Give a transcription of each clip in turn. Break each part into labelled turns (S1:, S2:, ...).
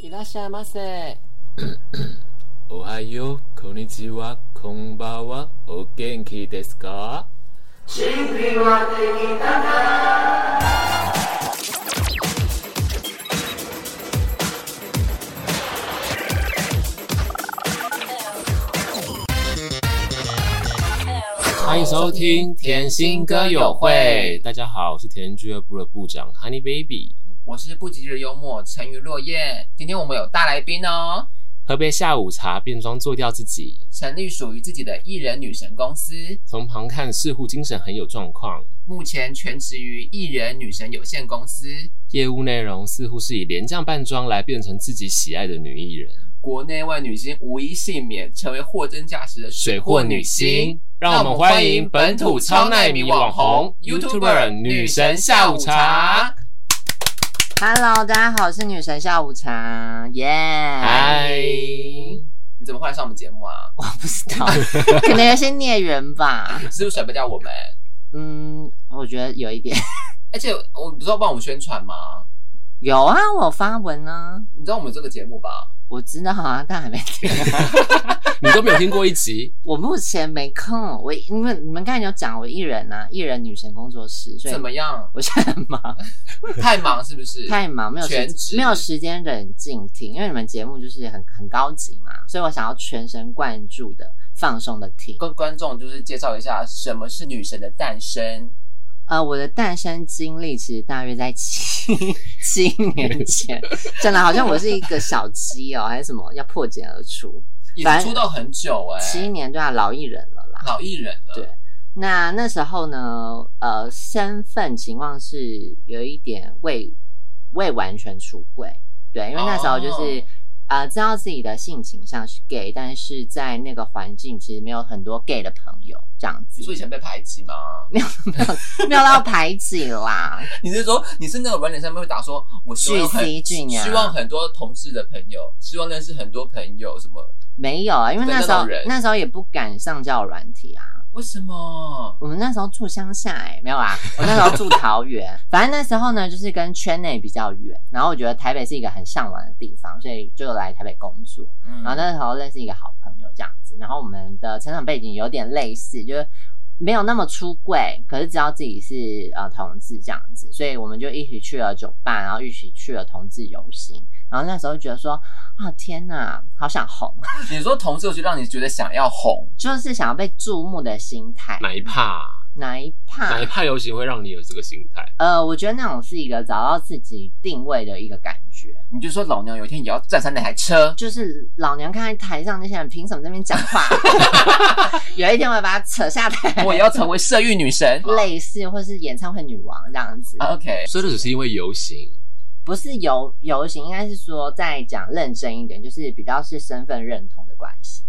S1: いらっしゃいませ。
S2: おはよう、こんにちは、こんばんは、お元気ですか
S1: 欢迎收听甜心歌友会。
S2: 大家好，我是甜心俱乐部的部长 Honey Baby。
S1: 我是不吉日幽默沉鱼落雁。今天我们有大来宾哦，
S2: 喝杯下午茶，变装做掉自己。
S1: 成立属于自己的艺人女神公司，
S2: 从旁看似乎精神很有状况，
S1: 目前全职于艺人女神有限公司。
S2: 业务内容似乎是以廉价扮装来变成自己喜爱的女艺人，
S1: 国内外女星无一幸免，成为货真价实的
S2: 水货女星。。让我们欢迎本土超耐米网红 YouTuber 女神下午茶。。
S3: Hello，大家好，我是女神下午茶，耶、
S2: 嗨，
S1: 你怎么会来上我们节目啊？
S3: 我不知道， 可能有些孽缘吧。
S1: 是不是甩不掉 我们？
S3: 嗯，我觉得有一点
S1: 而且我你不是要帮我们宣传吗？
S3: 有啊，我有发文啊，
S1: 你知道我们这个节目吧？
S3: 我知道啊，但还没 听。
S2: 你都没有听过一集，
S3: 我目前没空，我你们你们刚才有讲我艺人啊，艺人女神工作室，所以
S1: 怎么样？
S3: 我现在很忙，
S1: 太忙是不是？
S3: 太忙，没有
S1: 全职
S3: 时没有时间冷静听，因为你们节目就是很很高级嘛，所以我想要全神贯注的放松的听。
S1: 跟观众就是介绍一下什么是女神的诞生。
S3: 呃，我的诞生经历其实大约在七七年前，真的好像我是一个小鸡哦，还是什么要破茧而出，
S1: 也
S3: 反
S1: 是
S3: 正
S1: 出道很久哎、
S3: 七年对啊，老艺人了啦。
S1: 老艺人了。
S3: 对那那时候呢，呃，身份情况是有一点未未完全出柜，对，因为那时候就是、
S1: 哦
S3: 呃知道自己的性倾向是 gay，但是在那个环境其实没有很多 gay 的朋友这样子
S1: 你，说以前被排 挤吗？
S3: 没有到排挤啦，
S1: 你是说你是那个软件上面会打说，我希望有很
S3: 巨啊 C 巨娘
S1: 希望很多同事的朋友，希望认识很多朋友什么？
S3: 没有啊，因为
S1: 的
S3: 那
S1: 那
S3: 时候
S1: 种人
S3: 那时候也不敢上交友软体啊。
S1: 为什么？
S3: 我们那时候住乡下、欸，没有 啊，我那时候住桃园。反正那时候呢，就是跟圈内比较远，然后我觉得台北是一个很向往的地方，所以就来台北工作。
S1: 嗯
S3: 然后那时候认识一个好朋友这样子，然后我们的成长背景有点类似，就是没有那么出柜，可是知道自己是呃同志这样子，所以我们就一起去了酒吧，然后一起去了同志游行。然后那时候觉得说啊天哪，好想红，啊
S1: 你说同事，我就让你觉得想要红，
S3: 就是想要被注目的心态。
S2: 哪一怕
S3: 哪一
S2: 哪
S3: 怕？
S2: 一怕游行会让你有这个心态？
S3: 呃，我觉得那种是一个找到自己定位的一个感觉，
S1: 你就说老娘有一天也要站上那台 车。
S3: 就是老娘看在台上那些人凭什么在那边讲 话，有一天我会把他扯下台，
S1: 我也要成为色欲女神，
S2: 啊
S3: 类似或是演唱会女王这样子，
S1: 啊
S2: 呃
S1: OK，
S2: 所以这只是因为游行，
S3: 不是游游行，应该是说再讲认真一点，就是比较是身份认同的关系。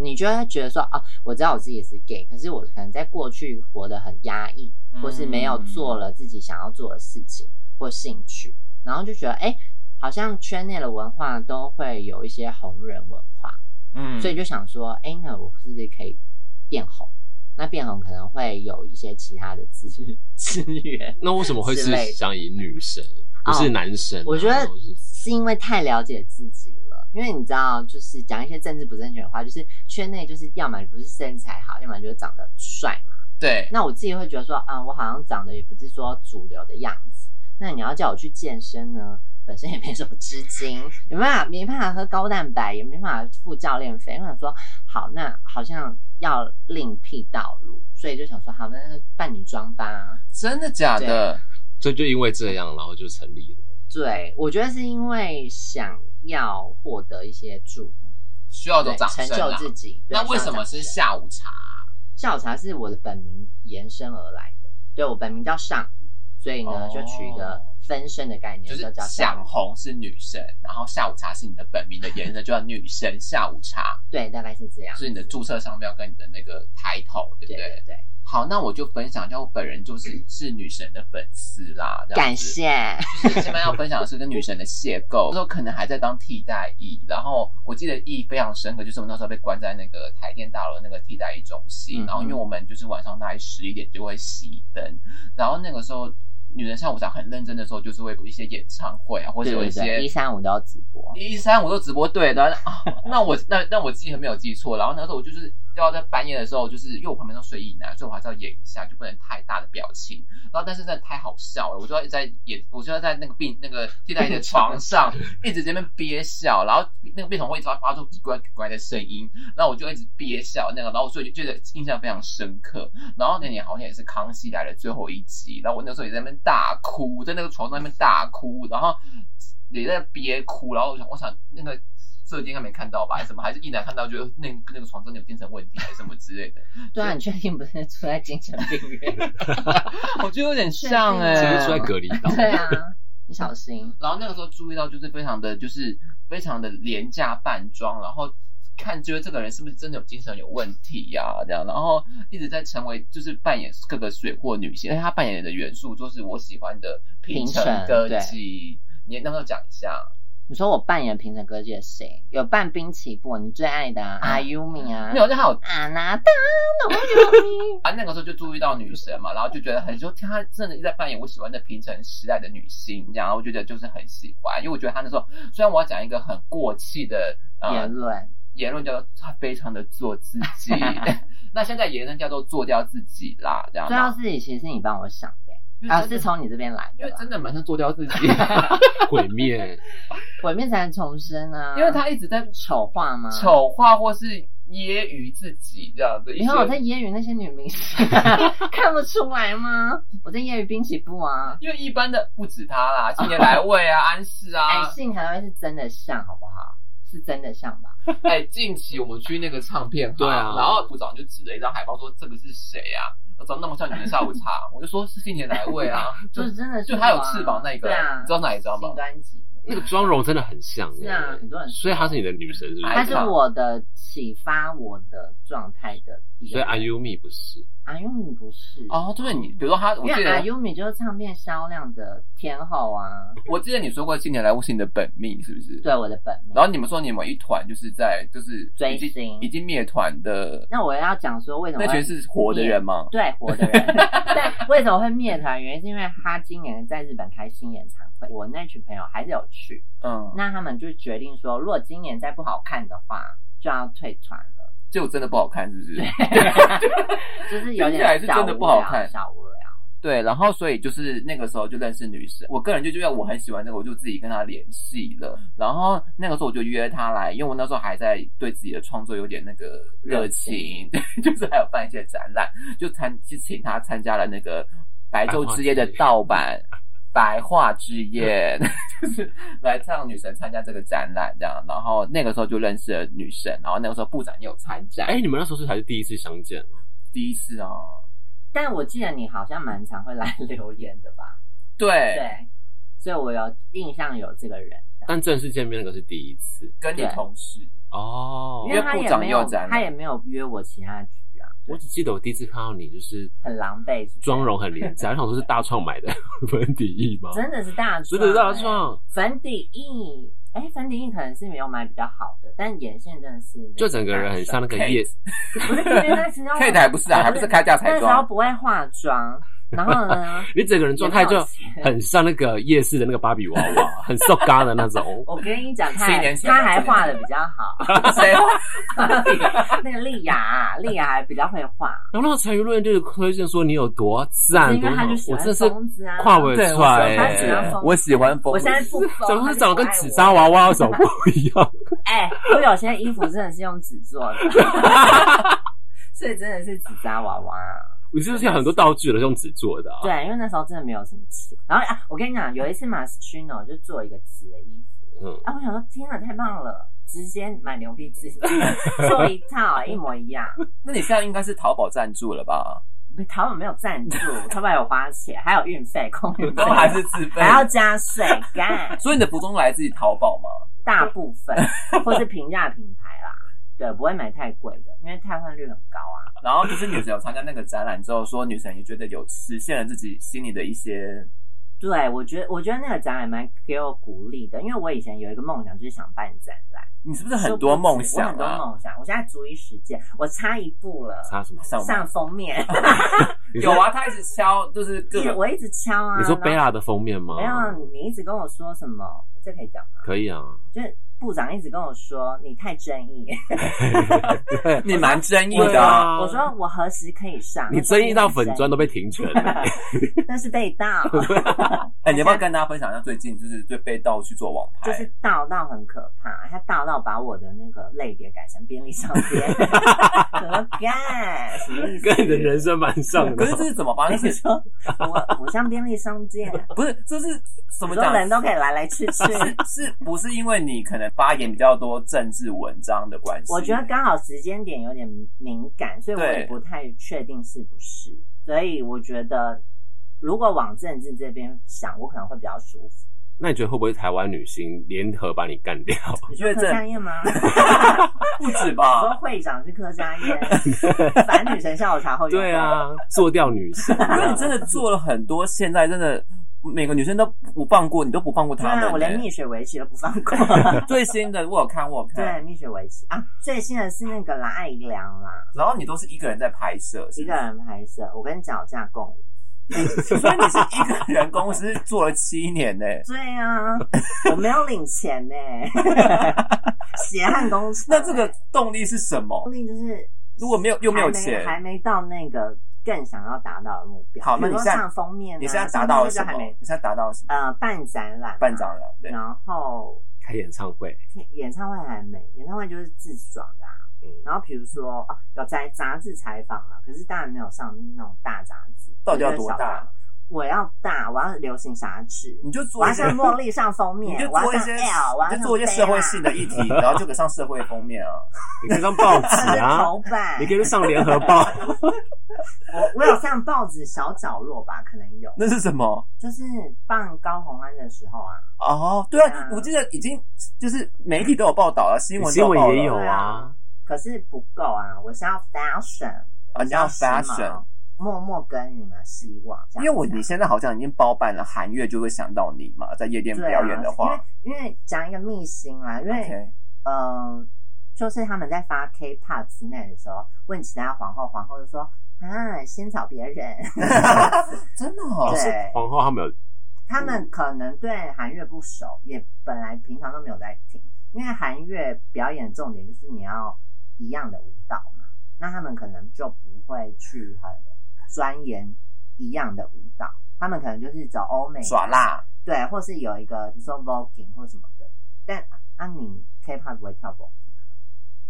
S3: 你就会觉得说，哦，我知道我自己是 gay，可是我可能在过去活得很压抑，或是没有
S1: 嗯
S3: 做了自己想要做的事情或兴趣，然后就觉得哎、诶好像圈内的文化都会有一些红人文化，
S1: 嗯，嗯
S3: 所以就想说，哎、那我是不是可以变红？那变红可能会有一些其他的资 资源。
S2: 那为什么会
S3: 之
S2: 是
S3: 类的哦
S2: 想以女神，不是男神啊、
S3: 我觉得
S2: 或是
S3: 是因为太了解自己了，因为你知道，就是讲一些政治不正确的话，就是圈内就是要么你不是身材好，要么你就是长得帅嘛。
S1: 对，
S3: 那我自己会觉得说，啊，我好像长得也不是说主流的样子。那你要叫我去健身呢，本身也没什么资金，也没办法，没办法喝高蛋白，也没办法付教练费。我想说，好，那好像要另辟道路，所以就想说，好，那就扮女装吧。
S1: 真的假的？
S2: 所以就因为这样，然后就成立了。
S3: 对，我觉得是因为想要获得一些注目。
S1: 需要一种掌
S3: 成
S1: 声啊
S3: 就
S1: 啦。
S3: 自己。对
S1: 那为什么是？
S3: 需要掌声
S1: 下午茶？
S3: 下午茶是我的本名延伸而来的，对我本名叫上午，所以呢、
S1: 哦
S3: 就取一个分身的概念，
S1: 就是
S3: 叫上
S1: 想
S3: 午。
S1: 红是女神，然后下午茶是你的本名的延伸，就叫女神下午茶，
S3: 对，大概是这样。
S1: 是你的注册商标跟你的那个 title，对不
S3: 对对对，
S1: 好，那我就分享一下，我本人就是是女神的粉丝啦，这样子
S3: 感谢。
S1: 就是现在要分享的是跟女神的邂逅，那时候可能还在当替代役，然后我记得意义非常深刻，就是我们那时候被关在那个台电大楼的那个替代役中心，
S3: 嗯
S1: 然后因为我们就是晚上大概十一点就会熄灯，然后那个时候女神下午茶很认真的时候，就是会有一些演唱会啊，或者
S3: 对
S1: 有一
S3: 对对，一
S1: 些
S3: 三五都要直播，
S1: 一三五都直播对的。啊那我那那我记忆没有记错，然后那时候我就是要在半夜的时候，就是因为我旁边都睡意男，所以我还是要演一下，就不能太大的表情。然后但是真的太好笑了，我就要在演，我就要在那个病那个替代役的床上一直在那边憋笑，然后那个病童会一直发出奇怪奇怪的声音，然后我就一直憋笑那个，然后所以就觉得印象非常深刻。然后那年好像也是《康熙来了》最后一集，然后我那时候也在那边大哭，在那个床上那边大哭，然后也在憋哭，然后我想我想那个。射箭应该没看到 吧？还是什么？还是一男看到觉得那那个床真的有精神问题，还是什么之类的？
S3: 对啊，你确定不是住在精神病院？
S1: 我觉得有点像哎、
S3: 啊
S2: 其
S1: 欸，
S2: 实住在隔离 岛，
S3: 对啊，你小心。
S1: 然后那个时候注意到，就是非常的，就是非常的廉价扮装，然后看觉得这个人是不是真的有精神有问题呀、这样，然后一直在成为就是扮演各个水货女星，而且她扮演的元素就是我喜欢的平成歌姬。你能不能讲一下？
S3: 你说我扮演评审歌姬的谁？有扮滨崎步，你最爱的啊阿优米啊，
S1: 没有，那还有
S3: 啊拿大那我有
S1: 啊，那个时候就注意到女神嘛，然后就觉得很说，她真的一直在扮演我喜欢的平成时代的女星，这样，然后我觉得就是很喜欢，因为我觉得她那时候虽然我要讲一个很过气的呃
S3: 言论，
S1: 言论叫做他非常的做自 己。 那现在言论叫做做掉自己啦，这样
S3: 最后
S1: 啦。
S3: 自己其实是你帮我想的，
S1: 因为
S3: 啊，
S1: 真的
S3: 是从你这边来
S1: 因
S3: 的
S1: 为
S3: 啦，
S1: 真的蛮像做掉 自己，
S2: 毁灭，
S3: 毁灭才能重生啊，
S1: 因为他一直在
S3: 丑化吗？。
S1: 丑化或是揶揄自己这样的一些。
S3: 你看我在揶揄那些女明星， 看不出来吗？我在揶揄滨崎步啊，
S1: 因为一般的不止他 啦，青年来未啊、安室
S3: 哎、
S1: 啊。
S3: 幸还会是真的像，好不好？是真的像吧？
S1: 哎，近期我们去那个唱片行，
S2: 对啊
S1: 然后部长就指了一张海报说：“这个是谁啊？我怎么那么像你的下午 茶？”我就说：“是近年来未啊。”就
S3: 就是真的是
S1: 就
S3: 我啊，
S1: 他有翅膀那一个，
S3: 对啊，
S1: 你知道是哪一张吗
S3: 新？专辑
S2: 那个妆容真的很像
S3: 是啊
S2: 哎，
S3: 很多人说
S2: 所以她是你的女神，是不
S3: 他
S1: 她
S2: 是
S3: 是？我的启发我的状态的第
S2: 所以
S3: 二
S2: 阿
S3: 个。
S2: 优米不是，
S3: 阿优米不是，
S1: 哦，就是你，比如说他，我
S3: 因
S1: 记
S3: 为哎
S1: 得
S3: 阿优米就是唱片销量的天后啊，
S1: 我记得你说过近年来我是你的本命，是不是？
S3: 对。我的本命。
S1: 然后你们说你们有一团就是在就是
S3: 追
S1: 已经
S3: 星
S1: 已经灭团的
S3: 那我啊要讲说为什么
S1: 那群是活的人吗？
S3: 对活的 人，但为什么会灭团？原因是因为他今年在日本开新演唱会，我那群朋友还是有去，
S1: 嗯，
S3: 那他们就决定说，如果今年再不好看的话，就要退团了，
S1: 就真的不好看，是不是？
S3: 就是有
S1: 听起来
S3: 点
S1: 是
S3: 小
S1: 真
S3: 无
S1: 的
S3: 聊，
S1: 不好看
S3: 小无聊。
S1: 对，然后所以就是那个时候就认识女神，我个人就觉得我很喜欢这个，我就自己跟她联系了。然后那个时候我就约她来，因为我那时候还在对自己的创作有点那个热情，对， 就是还有办一些展览，就参就请她参加了那个白昼之夜的盗版。白话之夜， 就是来唱女神参加这个展览，这样，然后那个时候就认识了女神，然后那个时候部长也有参加，
S2: 哎，你们那时候是还是第一次相见吗？
S1: 第一次哦，
S3: 但我记得你好像蛮常会来 留言的吧？
S1: 对，
S3: 对，所以我有印象有这个人，
S2: 但正式见面那个是第一次
S1: 跟你
S3: 对
S1: 同事，
S2: 哦
S3: 因
S1: 因为
S3: 他
S1: 部
S3: 也
S1: 长
S3: 没
S1: 也有
S3: 有
S1: 展览
S3: 他也没有约我其他局啊，
S2: 我只记得我第一次看到你就是
S3: 很狼狈是不是
S2: 妆容很廉价，我想说是大创买的 粉底液吗？
S3: 真的是大壮、
S2: 真的大
S3: 欸
S2: 创，
S3: 粉底液，哎、粉底液可能是没有买比较好的，但眼线真的是那
S2: 就整个人很像那个叶，
S3: 大壮，不是因为那时 候
S1: Kate 还不是啊，还不是开价彩
S3: 那时候
S1: 妆，
S3: 不会化妆，然后呢，
S2: 你整个人 状态就
S3: 也没有钱
S2: 很像那个夜市的那个芭比娃 娃，很瘦嘎的那种。
S3: 我跟你讲，他
S1: 十一年前
S3: 他还画的比较好，
S1: 谁
S3: 那个丽雅、丽雅还比较会画，
S2: 然后那个陈舆论就推荐说你有多赞
S3: 是，因
S2: 多
S3: 为他
S2: 好
S3: 就喜
S2: 我真
S3: 欢
S2: 的是
S3: 疯子啊，
S2: 跨尾
S1: 对，我喜
S2: 踹、
S1: 欢
S3: 他只要
S2: 欸，
S3: 疯啊
S1: 我喜欢风，
S3: 我现在 不疯，
S2: 怎么
S3: 他
S2: 是
S3: 就
S2: 长得
S3: 不
S2: 跟
S3: 爱
S2: 纸
S3: 我
S2: 扎娃娃有什么不一样？
S3: 哎、我有些衣服真的是用纸做的，所以真的是纸扎娃娃。啊
S2: 我就是有很多道具都是用纸做的、啊，
S3: 对，因为那时候真的没有什么钱。然后啊，我跟你讲，有一次马斯屈诺就做一个纸的衣服，
S2: 嗯，
S3: 啊，我想说天哪，太棒了，直接买牛皮纸 做一套，啊一模一样。
S1: 那你现在应该是淘宝赞助了吧？
S3: 淘宝没有赞助，淘宝有花钱，还有运费、空运费
S1: 然，后还是自费
S3: 还，要加税，干
S1: 所以你的服装来自于淘宝吗？
S3: 大部分或是平价品牌啦，对，不会买太贵的，因为汰换率很高啊。
S1: 然后就是女神有参加那个展览之后，说女神也觉得有实现了自己心里的一些
S3: 对，我觉得我觉得那个展览蛮给我鼓励的，因为我以前有一个梦想，就是想办展览。
S1: 你是不是很多梦想
S3: 我很多
S1: 啊？
S3: 梦想，我现在逐一实践，我差一步了，
S2: 差什么？
S1: 上
S3: 上封面，
S2: 你
S4: 有
S2: 说
S4: 啊，他一直敲，就是各
S3: 一直
S4: 个
S3: 我一直敲啊。
S2: 你说
S3: 然后
S2: 贝拉的封面吗？
S3: 没有，啊你一直跟我说什么？这可以讲吗？
S2: 可以 啊。
S3: 就是部长一直跟我说你太正义，
S1: 你蛮争议
S2: 我
S1: 的啊，
S2: 啊
S3: 我说我何时可以上？
S2: 你争议到粉砖都被停权 了。
S3: 那是被盗，
S1: 哎、你要不要跟大家分享一下最近就是对被盗去做网
S3: 就
S1: 拍？
S3: 是盗到很可怕，他盗到把我的那个类别改成便利商店， 怎么干？什么意思？
S2: 跟你的人生蛮像
S1: 可
S2: 的
S1: 是。这是怎么发
S3: 我
S1: 生？
S3: 跟
S1: 就
S3: 你
S1: 是
S3: 说，我我像便利商店，
S1: 不是这是
S3: 很
S1: 怎么
S3: 多
S1: 讲？
S3: 人都可以来来去去。
S1: 是不是因为你可能发言比较多政治文章的关系？
S3: 我觉得刚好时间点有点敏感，所以我
S1: 对
S3: 也不太确定是不是。所以我觉得，如果往政治这边想，我可能会比较舒服。
S2: 那你觉得会不会台湾女星联合把你干 掉？
S3: 你
S1: 觉得
S3: 柯
S1: 这
S3: 佳 燕吗？
S1: 不
S3: 说
S1: 止吧？
S3: 会长是柯佳 燕，反女神下午茶后援会
S2: 对，啊，做掉女 星。
S1: 因为你真的做了很多，现在真的每个女生都不放过你，都不放过
S3: 对
S1: 她们、
S3: 啊，我连
S1: 欸
S3: 蜜雪围棋都不放 过。
S1: 最新的我有看，我有
S3: 对，
S1: 看。
S3: 蜜雪围棋啊，最新的是那个啦，爱良啦，
S1: 然后你都是一个人在拍摄，是
S3: 一
S1: 不
S3: 个人拍摄，我跟脚架共舞。
S1: 是所以你是一个人公司做了七年呢、
S3: 对啊，我没有领钱 呢、血汗工程。
S1: 那这个动力是什么？
S3: 功力就是
S1: 如果没有又没有
S3: 还
S1: 钱，
S3: 还没到那个更想要达到的目标。
S1: 好
S3: 比
S1: 那
S3: 如
S1: 你
S3: 说
S1: 现在
S3: 上封面、啊，
S1: 你现在达到了
S3: 上
S1: 什
S3: 面就还
S1: 么？你
S3: 没嗯
S1: 现在达到了什么？
S3: 呃办展览、
S1: 办展，了，对。
S3: 然后
S2: 开演唱会，
S3: 演唱会还没，演唱会就是自爽的啊。
S2: 嗯
S3: 然后比如说哦，有在杂志采访啊，可是当然没有上那种大杂志。
S1: 到底要
S3: 就是
S1: 多
S3: 小
S1: 大
S3: 杂志？我要大，我要流行杂志，
S1: 你就
S3: 我
S1: 做
S3: 要
S1: 一些，
S3: 像茉莉上封
S1: 你
S3: 面，
S1: 就
S3: 我要
S1: 做一
S3: 上
S1: 些，
S3: L，我要
S1: 你
S3: 上
S1: 就做一些
S3: Bella
S1: 社会性的 议题，然后就给上社会封面啊。
S2: 你可以上报纸
S3: 这是
S2: 啊
S3: 头，版，
S2: 你可以上联合报。
S3: 我我有上报纸小角落吧，可能有，
S1: 那是什么？
S3: 就是放高红安的时候啊，
S1: 哦，对啊
S3: 啊，
S1: 我记得已经就是媒体都有报道了，新闻都
S2: 新闻
S1: 报
S2: 也
S1: 了
S2: 有
S3: 对
S2: 啊
S3: 啊，可是不够啊，我是要 fashion，
S1: 啊，你要
S3: 我是要时髦
S1: fashion，
S3: 默默耕耘了希望，这
S1: 因
S3: 样
S1: 为我
S3: 子啊
S1: 你现在好像已经包办了韩乐，就会想到你嘛，在夜店表演的话
S3: 对啊因为因为讲一个秘辛啦，因为
S1: ，OK，
S3: 嗯、呃就是他们在发 K-pop 之内的时候，问其他皇后，皇后就说啊，先找别人。
S1: 真的 哦，
S3: 对，
S2: 皇后他们有
S3: 他们可能对韩乐不熟，也本来平常都没有在听，因为韩乐表演重点就是你要一样的舞蹈嘛，那他们可能就不会去很钻研一样的舞蹈，他们可能就是找欧美
S1: 耍辣，
S3: 对，或是有一个比如说 voguing 或什么的，但啊你 K-pop 不会跳 voguing 啊，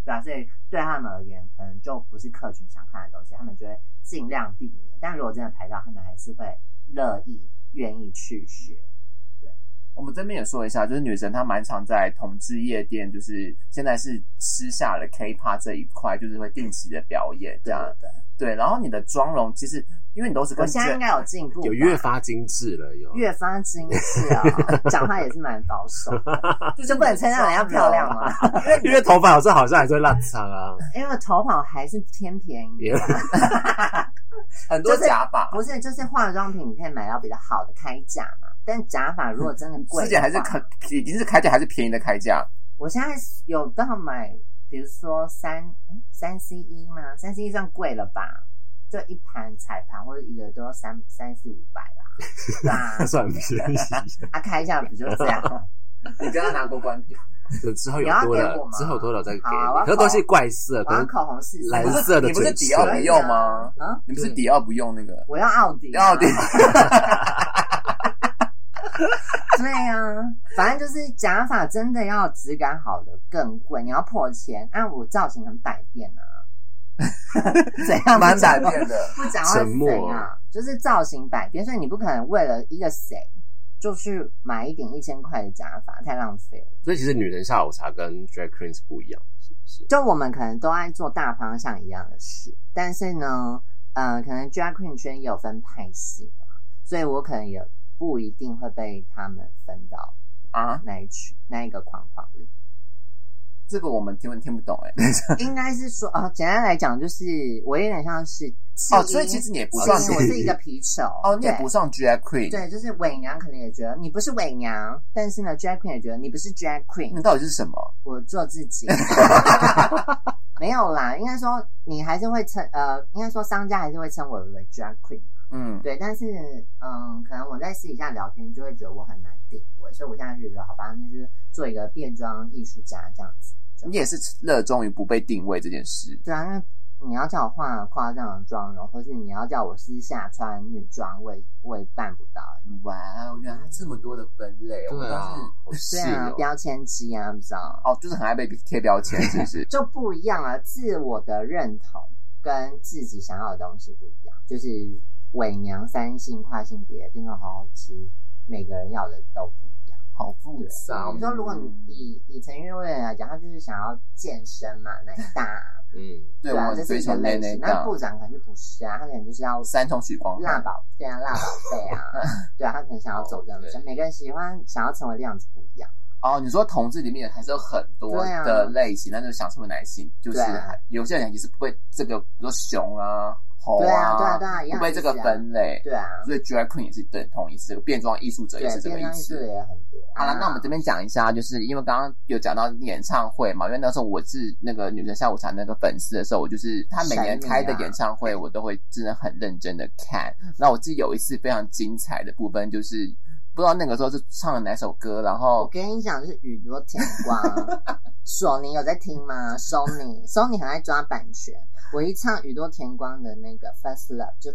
S3: 对啊，所以对他们而言，可能就不是客群想看的东西，他们就会尽量避免。但如果真的排到，他们还是会乐意、愿意去学。
S1: 我们这边也说一下，就是女神她蛮常在同志夜店，就是现在是吃下了 K-pop 这一块，就是会定期的表演这
S2: 啊
S3: 对
S1: 样。
S3: 对，
S1: 对，然后你的妆容其实，因为你都是
S3: 我
S1: 跟
S3: 现在应
S1: 正
S3: 该有进步吧，
S2: 有越发精致了，有
S3: 越发精致 啊、讲话也是蛮保守的，
S1: 就是
S3: 就不能称赞人家漂亮吗？
S2: 因为头发好像好像还是会烂长啊，
S3: 因为头发还是偏便宜啊
S2: 也
S3: 的。
S1: 很多假发，
S3: 不是，就是化妆品你可以买到比较好的开价嘛，但假发如果真的贵，
S1: 之前还是开，已经是开价还是便宜的开价，
S3: 我现在有到买，比如说三诶三 C 一吗？三 C 一算贵了吧？就一盘彩盘或者一个都要三三四五百啦，对啊
S2: 那，算便 宜。
S3: 啊开一下不就这样？
S1: 你跟他拿过关
S2: 等之后有多
S3: 你要给我
S2: 了，
S3: 吗
S2: 之后有多了再给
S3: 好啊我要
S2: 你。可是都是怪色，
S3: 我
S2: 可
S3: 要
S2: 能
S3: 口红试试。
S2: 蓝
S1: 不
S2: 色
S1: 是
S2: 的
S1: 你不是
S2: 唇
S1: 迪奥
S2: 色
S1: 不用吗？
S3: 啊，
S1: 你不是迪奥不用那个？啊
S3: 我要奥迪、啊
S1: 迪奥迪，
S3: 对啊，反正就是假发真的要质感好的更贵，你要破千。啊，我造型很百变啊，怎样
S1: 蛮改变的。
S3: 不讲话是
S2: 沉默
S3: 怎样？就是造型百变，所以你不可能为了一个谁就去买一顶一千块的假发，太浪费了。
S2: 所以其实女人下午茶跟 drag queen 是不一样的，是不是？
S3: 就我们可能都爱做大方向一样的事，但是呢，呃，可能 drag queen 圈也有分派系嘛，所以我可能也不一定会被他们分到
S1: 啊，
S3: 那一群那一个框框里。
S1: 这个我们听听不懂哎、
S3: 哦应该是说，呃，简单来讲，就是我有点像是
S1: 哦，所以其实你也不算
S3: 是我是一个皮球
S1: 哦，你也不算 drag queen。
S3: 对，就是伪娘可能也觉得你不是伪娘，但是呢，drag queen 也觉得你不是 drag queen。
S1: 那到底是什么？
S3: 我做自己。 没有啦，应该说你还是会称呃，应该说商家还是会称我为 drag queen。
S1: 嗯，
S3: 对，但是嗯，可能我在私底下聊天就会觉得我很难定位，所以我现在就觉得好吧，那就是做一个变装艺术家这样子。
S1: 你也是热衷于不被定位这件事。
S3: 对啊，因为。你要叫我化夸张的妆容，或是你要叫我私下穿女装，我也我也办不到。
S1: 哇哦，原来这么多的分类，哦我们都是
S3: 对啊，标签机啊，不知道
S1: 哦，就是很爱被贴标签，是不是？
S3: 就不一样啊，自我的认同跟自己想要的东西不一样，就是伪娘、三性、跨性别、变装好其实每个人要的都不一样。
S1: 好复杂。哦
S3: 我们说，如果
S1: 嗯
S3: 你以以陈玉慧来讲，他就是想要健身嘛， 奶大。
S1: 嗯，对
S3: 啊，
S1: 我
S3: 这是
S1: 追
S3: 一
S1: 求
S3: 个
S1: 内
S3: 类
S1: 内
S3: 型。
S1: 大
S3: 那部长可能就不是啊，他可能就是要
S1: 三重许光
S3: 辣
S1: 汉
S3: 宝，对啊，辣宝贝 啊，对啊，他可能想要走这样
S2: 哦
S3: 子
S2: 对。
S3: 每个人喜欢想要成为的样子不一样。
S1: 哦，你说同志里面还是有很多
S3: 对啊
S1: 的类型，那就想成为哪一型，就是
S3: 对啊
S1: 有些人也是不被这个，比如说熊啊、猴
S3: 对啊对啊对啊一样
S1: 不被这个
S3: 意思啊
S1: 分类，
S3: 对啊，
S1: 所以 drag queen 也是等同意思，这个变装艺术者
S3: 对
S1: 也是，这个
S3: 变
S1: 意
S3: 装艺术
S1: 思。
S3: 也嗯很多。啊
S1: 好了，那我们这边讲一下，就是因为刚刚有讲到演唱会嘛，因为那时候我是那个女神下午茶那个粉丝的时候，我就是她每年
S3: 啊
S1: 开的演唱会，我都会真的很认真的 看。那我记得有一次非常精彩的部分，就是不知道那个时候是唱了哪首歌，然
S3: 我
S1: 后
S3: 跟你讲，就是宇多田光， 索尼有在听吗？Sony，Sony 很爱抓版权。我一唱宇多田光的那个《First Love》，就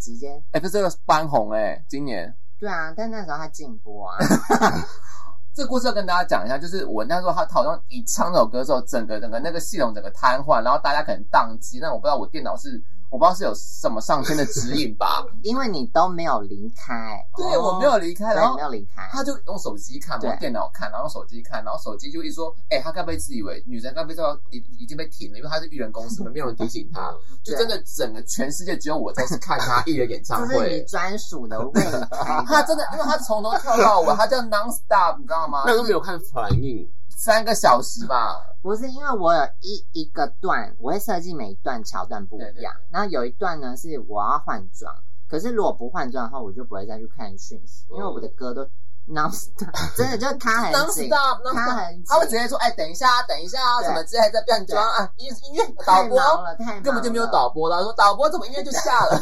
S3: 直接
S1: 哎、不是这个翻红哎、今年。
S3: 对啊，但那时候他禁播 啊，
S1: 这个故事要跟大家讲一下，就是我那时候他好像一唱这首歌之后，整个整个那个系统整个瘫痪，然后大家可能宕机，但我不知道我电脑是我不知道是有什么上天的指 引吧，
S3: 因为你都没有离开，
S1: 对我没有离开，
S3: 哦对，
S1: 然后
S3: 没有离开，
S1: 他就用手机看嘛，
S3: 对
S1: 用电脑看，然后手机看，然后手机就一直说，哎、他该不会自以为女生该不会知道已已经被停了，因为他是艺人公司嘛，没有人提 醒他，就真的整个全世界只有我在看他艺人演 唱
S3: 这是你
S1: 会。。
S3: 专属的未 来
S1: 他真的，因为他从头跳到尾，他叫 non stop，你知道 吗？
S2: 那都没有看反应，
S1: 三个小时吧，
S3: 不是因为我有一一个段，我会设计每一段桥段不一样。然后有一段呢是我要换装，可是如果不换装的话，我就不会再去看讯息，
S1: 哦
S3: 因为我的歌都 non stop，真的就是他很
S1: non
S3: 紧，
S1: stop，non
S3: 他
S1: stop，
S3: 很紧，
S1: 他会直接说，哎、等一下啊，等一下啊，
S3: 对
S1: 什么之类在变装啊，音音乐导
S3: 太
S1: 播
S3: 忙了，太忙了
S1: 根本就没有导播然后说导播怎么音乐就下了，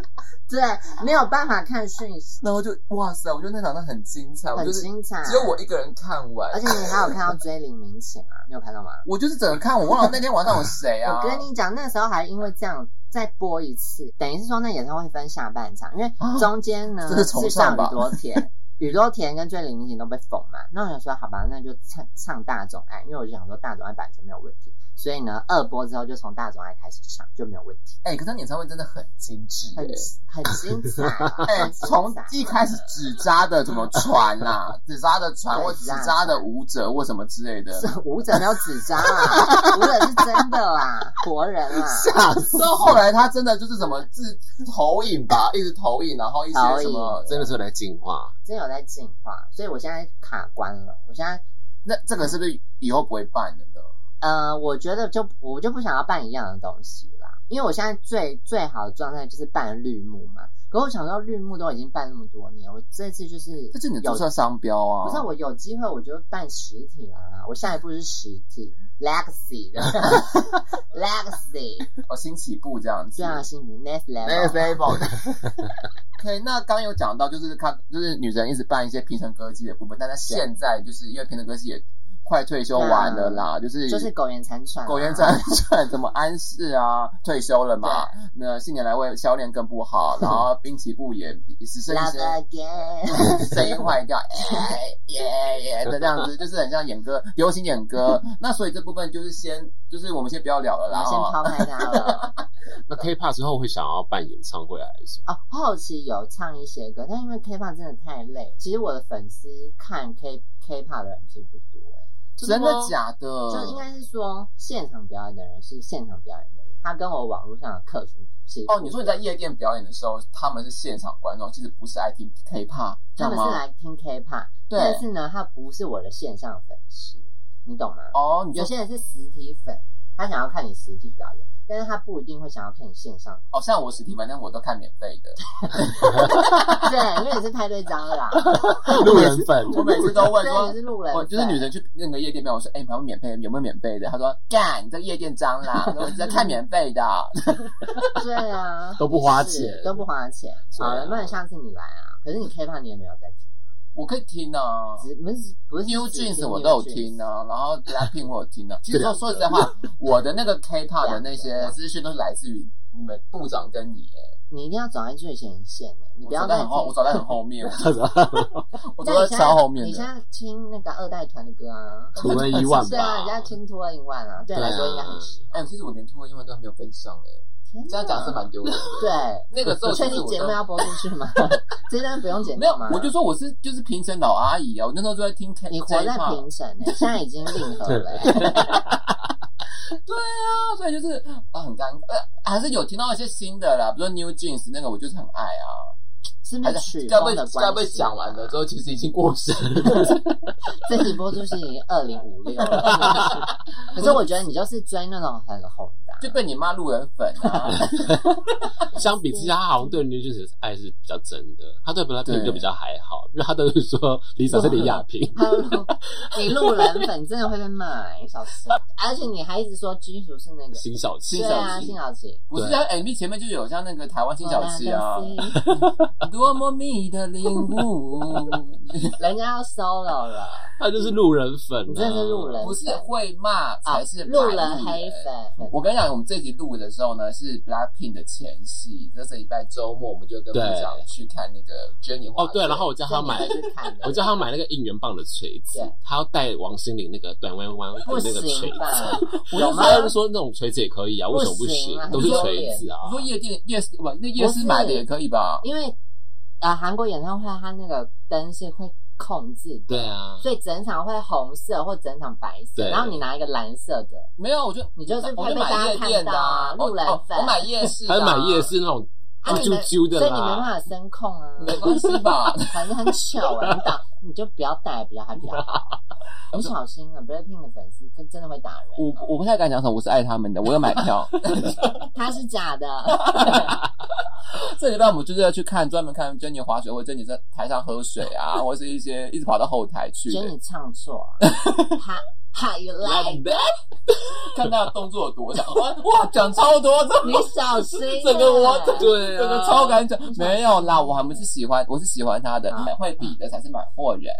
S3: 对，没有办法看讯息，
S1: 然后就哇塞，我觉得那场真的很精彩，我
S3: 很
S1: 就是
S3: 精彩。
S1: 只有我一个人看完
S3: 而，且你还有看到追林明琴啊，你有看到吗？
S1: 我就是整个看，我忘了那天晚上有谁啊。
S3: 我跟你讲，那时候还因为这样再播一次，等于是说那演唱会分下半场，因为中间 呢、
S1: 啊这是
S3: 是
S1: 崇
S3: 上
S1: 尚
S3: 宇
S1: 吧
S3: 多田，宇多田跟追林明景都被封嘛。那我想说，好吧，那就唱唱大众爱，因为我就想说大众爱版权没有问题，所以呢，二播之后就从大众爱开始唱就没有问题，
S1: 哎、可是演唱会真的很精致、
S3: 很
S1: 欸。
S3: 很精彩，啊
S1: 哎、
S3: 很精
S1: 从
S3: 彩
S1: 一开始纸扎的怎么传啊，纸扎的传或纸扎的舞者或什么之类的，
S3: 是舞者没有纸张啊啦，舞者是真的啦，活人啊 啦。
S2: 吓 死！
S1: 之后后来他真的就是什么自投影吧，一直投影，然后一些什么
S3: 投影
S2: 真的是有在进化，
S3: 真有在进化，所以我现在卡关了，我现在。
S1: 那这个是不是以后不会办了呢？
S3: 呃，我觉得就我就不想要办一样的东西啦，因为我现在最最好的状态就是办绿幕嘛。可我想到绿幕都已经办那么多年，我这次就是
S1: 这是你的
S3: 有
S1: 注册商标啊！
S3: 不是我有机会我就办实体啦。我下一步是实体 legacy 的 legacy，
S1: 哦，新起步这样子。
S3: 这样幸运 next
S1: l
S3: level。
S1: a b e 的。对，那刚有讲到，就是看，就是女人一直办一些平成歌姬的部分，但她现在就是因为平成歌姬也快退休完了啦，就
S3: 嗯
S1: 是
S3: 就是苟延残喘啊、
S1: 苟延残喘，什么安室啊退休了嘛，那近年来为销量更不好，然后滨崎步也只剩一
S3: love
S1: 些
S3: again，
S1: 声音坏掉，哎耶耶耶的这样子，就是很像演歌，流行演歌。那所以这部分就是先，就是我们先不要聊了
S3: 我
S1: 啦
S3: 们先
S1: 哦。
S3: 抛开它了。
S2: 那 K-pop 之后会想要办演唱会啊还是什么？
S3: 哦，后期有唱一些歌，但因为 K-pop 真的太累，其实我的粉丝看 K K-pop 的人其实不多、欸，
S1: 真的
S2: 吗？
S1: 假的？
S3: 就应该是说现场表演的人是现场表演的人，他跟我网络上的客群是
S1: 哦，你说你在夜店表演的时候，他们是现场观众，其实不是爱听 K-pop，
S3: 他们
S1: 知道
S3: 是
S1: 吗
S3: 来听 K-pop，
S1: 对
S3: 但是呢，他不是我的线上粉丝，你懂吗？
S1: 哦，你
S3: 有
S1: 就
S3: 些人是实体粉，他想要看你实体表演，但是他不一定会想要看你线上。
S1: 哦，像我实体版，但我都看免费 的，
S3: 对，因为你是派对蟑 螂，
S2: 路人粉，
S1: 我每 次都问
S3: 对，
S1: 说
S3: 你是。路人
S1: 我
S3: 粉，
S1: 就是女生去那个夜店面，我说：“哎、你们有免费有没有免费的？”她说：“干，你这夜店蟑螂，我只在看免费的。啊
S3: 对啊，
S2: 都不花
S3: 是
S2: 钱
S3: 都不花钱。
S2: 对啊
S3: 好了，不然下次你来啊。可是你 K 胖你也没有在听，”
S1: 我可以听啊
S3: 只不是不是
S1: New
S3: 只
S1: Jeans
S3: 听
S1: 我
S3: New
S1: 都有
S3: Jeans
S1: 听啊，然后 Blackpink 我有听啊。其实
S2: 这两
S1: 说
S2: 个
S1: 说实在话，我的那个 K-pop 的那
S3: 啊两
S1: 些
S3: 个
S1: 资讯都是来自于你们部长跟你耶。
S3: 你一定要走在最前线欸你
S1: 我
S3: 不要
S1: 走
S3: 再
S1: 在很后，我走在很 后面，我
S3: 但
S1: 走
S3: 你
S1: 在
S3: 现
S1: 超后面
S3: 你现
S1: 的。
S3: 在听那个二代团的歌啊，
S2: 除了一万
S3: 对啊，
S2: 吧
S3: 人， 家听 Two in One 啊，对你
S2: 对啊
S3: 来说应该很实。
S1: 哎、其实我连突然英文都还没有跟上哎、
S3: 天哪
S1: 这样讲是蛮丢 脸的。
S3: 对。
S1: 那个时候
S3: 我
S1: 其
S3: 确
S1: 实
S3: 定
S1: 我
S3: 节
S1: 都
S3: 目要播出去吗？ 这段不用剪
S1: 没有
S3: 掉吗？，
S1: 我就说我是就是评审老阿姨啊，我那时候就在听 K
S3: 你活在
S1: J-pop
S3: 评审欸现在已经令和了 欸。
S1: 对啊，所以就是啊很尴尬，呃还是有听到一些新的啦，比如说 New Jeans 那个我就是很爱啊，
S3: 是不
S1: 还
S3: 是
S1: 是
S3: 曲
S1: 该被
S3: 风的关系啊？
S1: 该被讲完了之后其实已经过时了。
S3: 这期播出是已经二零 五六了。是不是可是我觉得你就是追那种很红的啊，啊
S1: 就被你妈路人粉啊，
S2: 相比之下，他好像对 New Jeans 的爱是比较真的，他对 Blackpink
S1: 对
S2: 就比较还好， 因为他都是说 Lisa 是李亚萍，
S3: 他路你路人粉真的会被骂欸，小心！而且你还一直说金属是那个，
S2: 辛晓琪
S1: 辛
S3: 对
S1: 晓
S3: 啊，
S1: 琪
S3: 辛晓琪。
S1: 不是
S2: 对
S1: 像 MV 前面就有像那个台湾新小吃啊，
S3: 哦
S1: 多么密的领悟，
S3: 人家要 solo 了，
S2: 他就是路人粉、啊，
S3: 你真的是路人啊
S1: 不是会骂才是
S3: 路
S1: 白
S3: 人黑粉。
S1: 我跟你讲，我们这集录的时候呢，是 Blackpink 的前戏，这这礼拜周末我们就跟部
S2: 对
S1: 长去看那个 Jenny
S2: 哦
S1: 华
S2: 对，
S1: 顿
S2: 然后我叫他买，
S3: 去看的，
S2: 我叫他买那个应援棒的锤子
S3: 对，
S2: 他要带王心凌那个短弯弯的
S3: 不
S2: 那个锤
S3: 行啊
S2: 子。
S3: 吧？
S2: 然
S3: 有
S2: 后
S3: 吗？
S2: 他就说那种锤子也可以啊，为什么
S3: 不
S2: 行
S3: 行啊？
S2: 都是锤子啊
S1: 我。说夜店夜市不，那夜市
S3: 不是
S1: 买的也可以吧？
S3: 因为呃，韩国演唱会它那个灯是会控制的，
S2: 对啊，
S3: 所以整场会红色或整场白色，
S2: 对
S3: 然后你拿一个蓝色的，
S1: 没有，我就
S3: 你就是
S1: 我
S3: 会
S1: 就
S3: 被
S1: 买
S3: 大
S1: 夜
S3: 家看
S1: 店的
S3: 到啊，
S1: 我
S3: 路人粉。
S1: 哦我买夜市的
S2: 还
S1: 啊，
S2: 有买夜市那种
S3: 啊
S2: 啾
S3: 你们
S2: 啾啾
S3: 所
S2: 的
S3: 以你没办
S2: 啦。
S3: 法声控啊，
S1: 没关系吧？
S3: 反正很糗啊，你打你就不要带比较还比较好。你小心啊，Blackpink 的粉丝跟真的会打人
S1: 我
S3: 哦、
S1: 我不太敢讲什么，我是爱他们的，我有买 票。
S3: 他是假的，
S1: 这礼拜我们就是要去看专门看珍妮滑雪，或者珍妮在台上喝水 啊，或是一些一直跑到后台去
S3: 觉
S1: 的
S3: 得你唱错了。哈哈，You
S2: Like
S3: like？
S2: that
S1: 看他的动作有多长，哇哇，讲超多，这
S3: 你小心、啊，
S1: 整个我整个
S2: 对啊
S1: 整个超敢讲，没有啦，我还不是喜欢，我是喜欢他的，
S3: 啊
S1: 会比的才是买货人。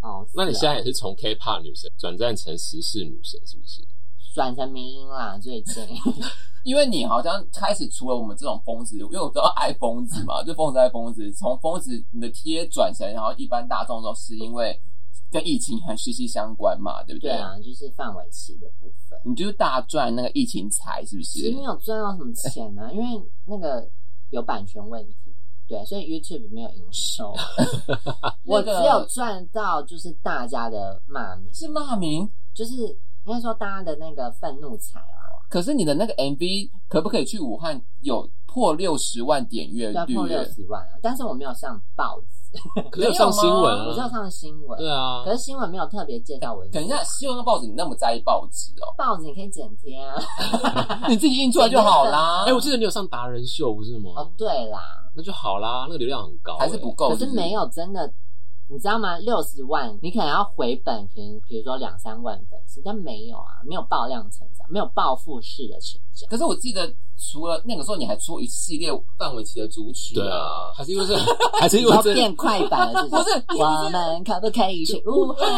S3: 哦，是
S2: 那你
S3: 啊
S2: 现在也是从 K-pop 女神转战成时事女神，是不是？
S3: 转成民音啦，最近
S1: 因为你好像开始除了我们这种疯子，因为我知道 爱疯子嘛，就疯子爱疯子，从疯子你的贴转成然后一般大众的时候，是因为跟疫情很息息相关嘛，对不
S3: 对啊，就是范玮琪的部分，
S1: 你就是大赚那个疫情财，是不
S3: 其
S1: 是
S3: 实？没有赚到什么钱呢、因为那个有版权问题，对，啊所以 YouTube 没有营 收，我只有赚到就是大家的骂名，
S1: 是骂名，
S3: 就是应该说大家的那个愤怒财啊，
S1: 可是你的那个 MV 可不可以去武汉有破六十万点阅
S3: 要
S1: 率？
S3: 破六十万啊，但是我没有上报
S1: 啊
S3: 纸，
S2: 可是有上新闻
S3: 我就
S2: 啊。
S3: 上新闻，
S2: 对啊
S3: 可，是新闻没有特别介绍我，
S1: 等一下，新闻跟报纸你那么在意报纸 哦，
S3: 报纸你可以剪贴啊，
S1: 你自己印出来就好啦。
S2: 哎，我记得你有上达人秀不是吗
S3: 哦？对啦。
S2: 那就好啦，那个流量很高，欸
S1: 还是不够，
S3: 可是
S1: 不
S3: 没。有真的，你知道吗？六十万，你可能要回本，可能比如说两三万粉丝，但没有啊，没有爆量成长，没有暴富式的成长。
S1: 可是我记得，除了那个时候，你还出一系列范玮琪的主曲、
S2: 对啊，，还是因为是，还是因
S3: 你
S2: 为
S3: 要
S2: 这
S3: 变快板了，是不是？我们可不可以去武汉？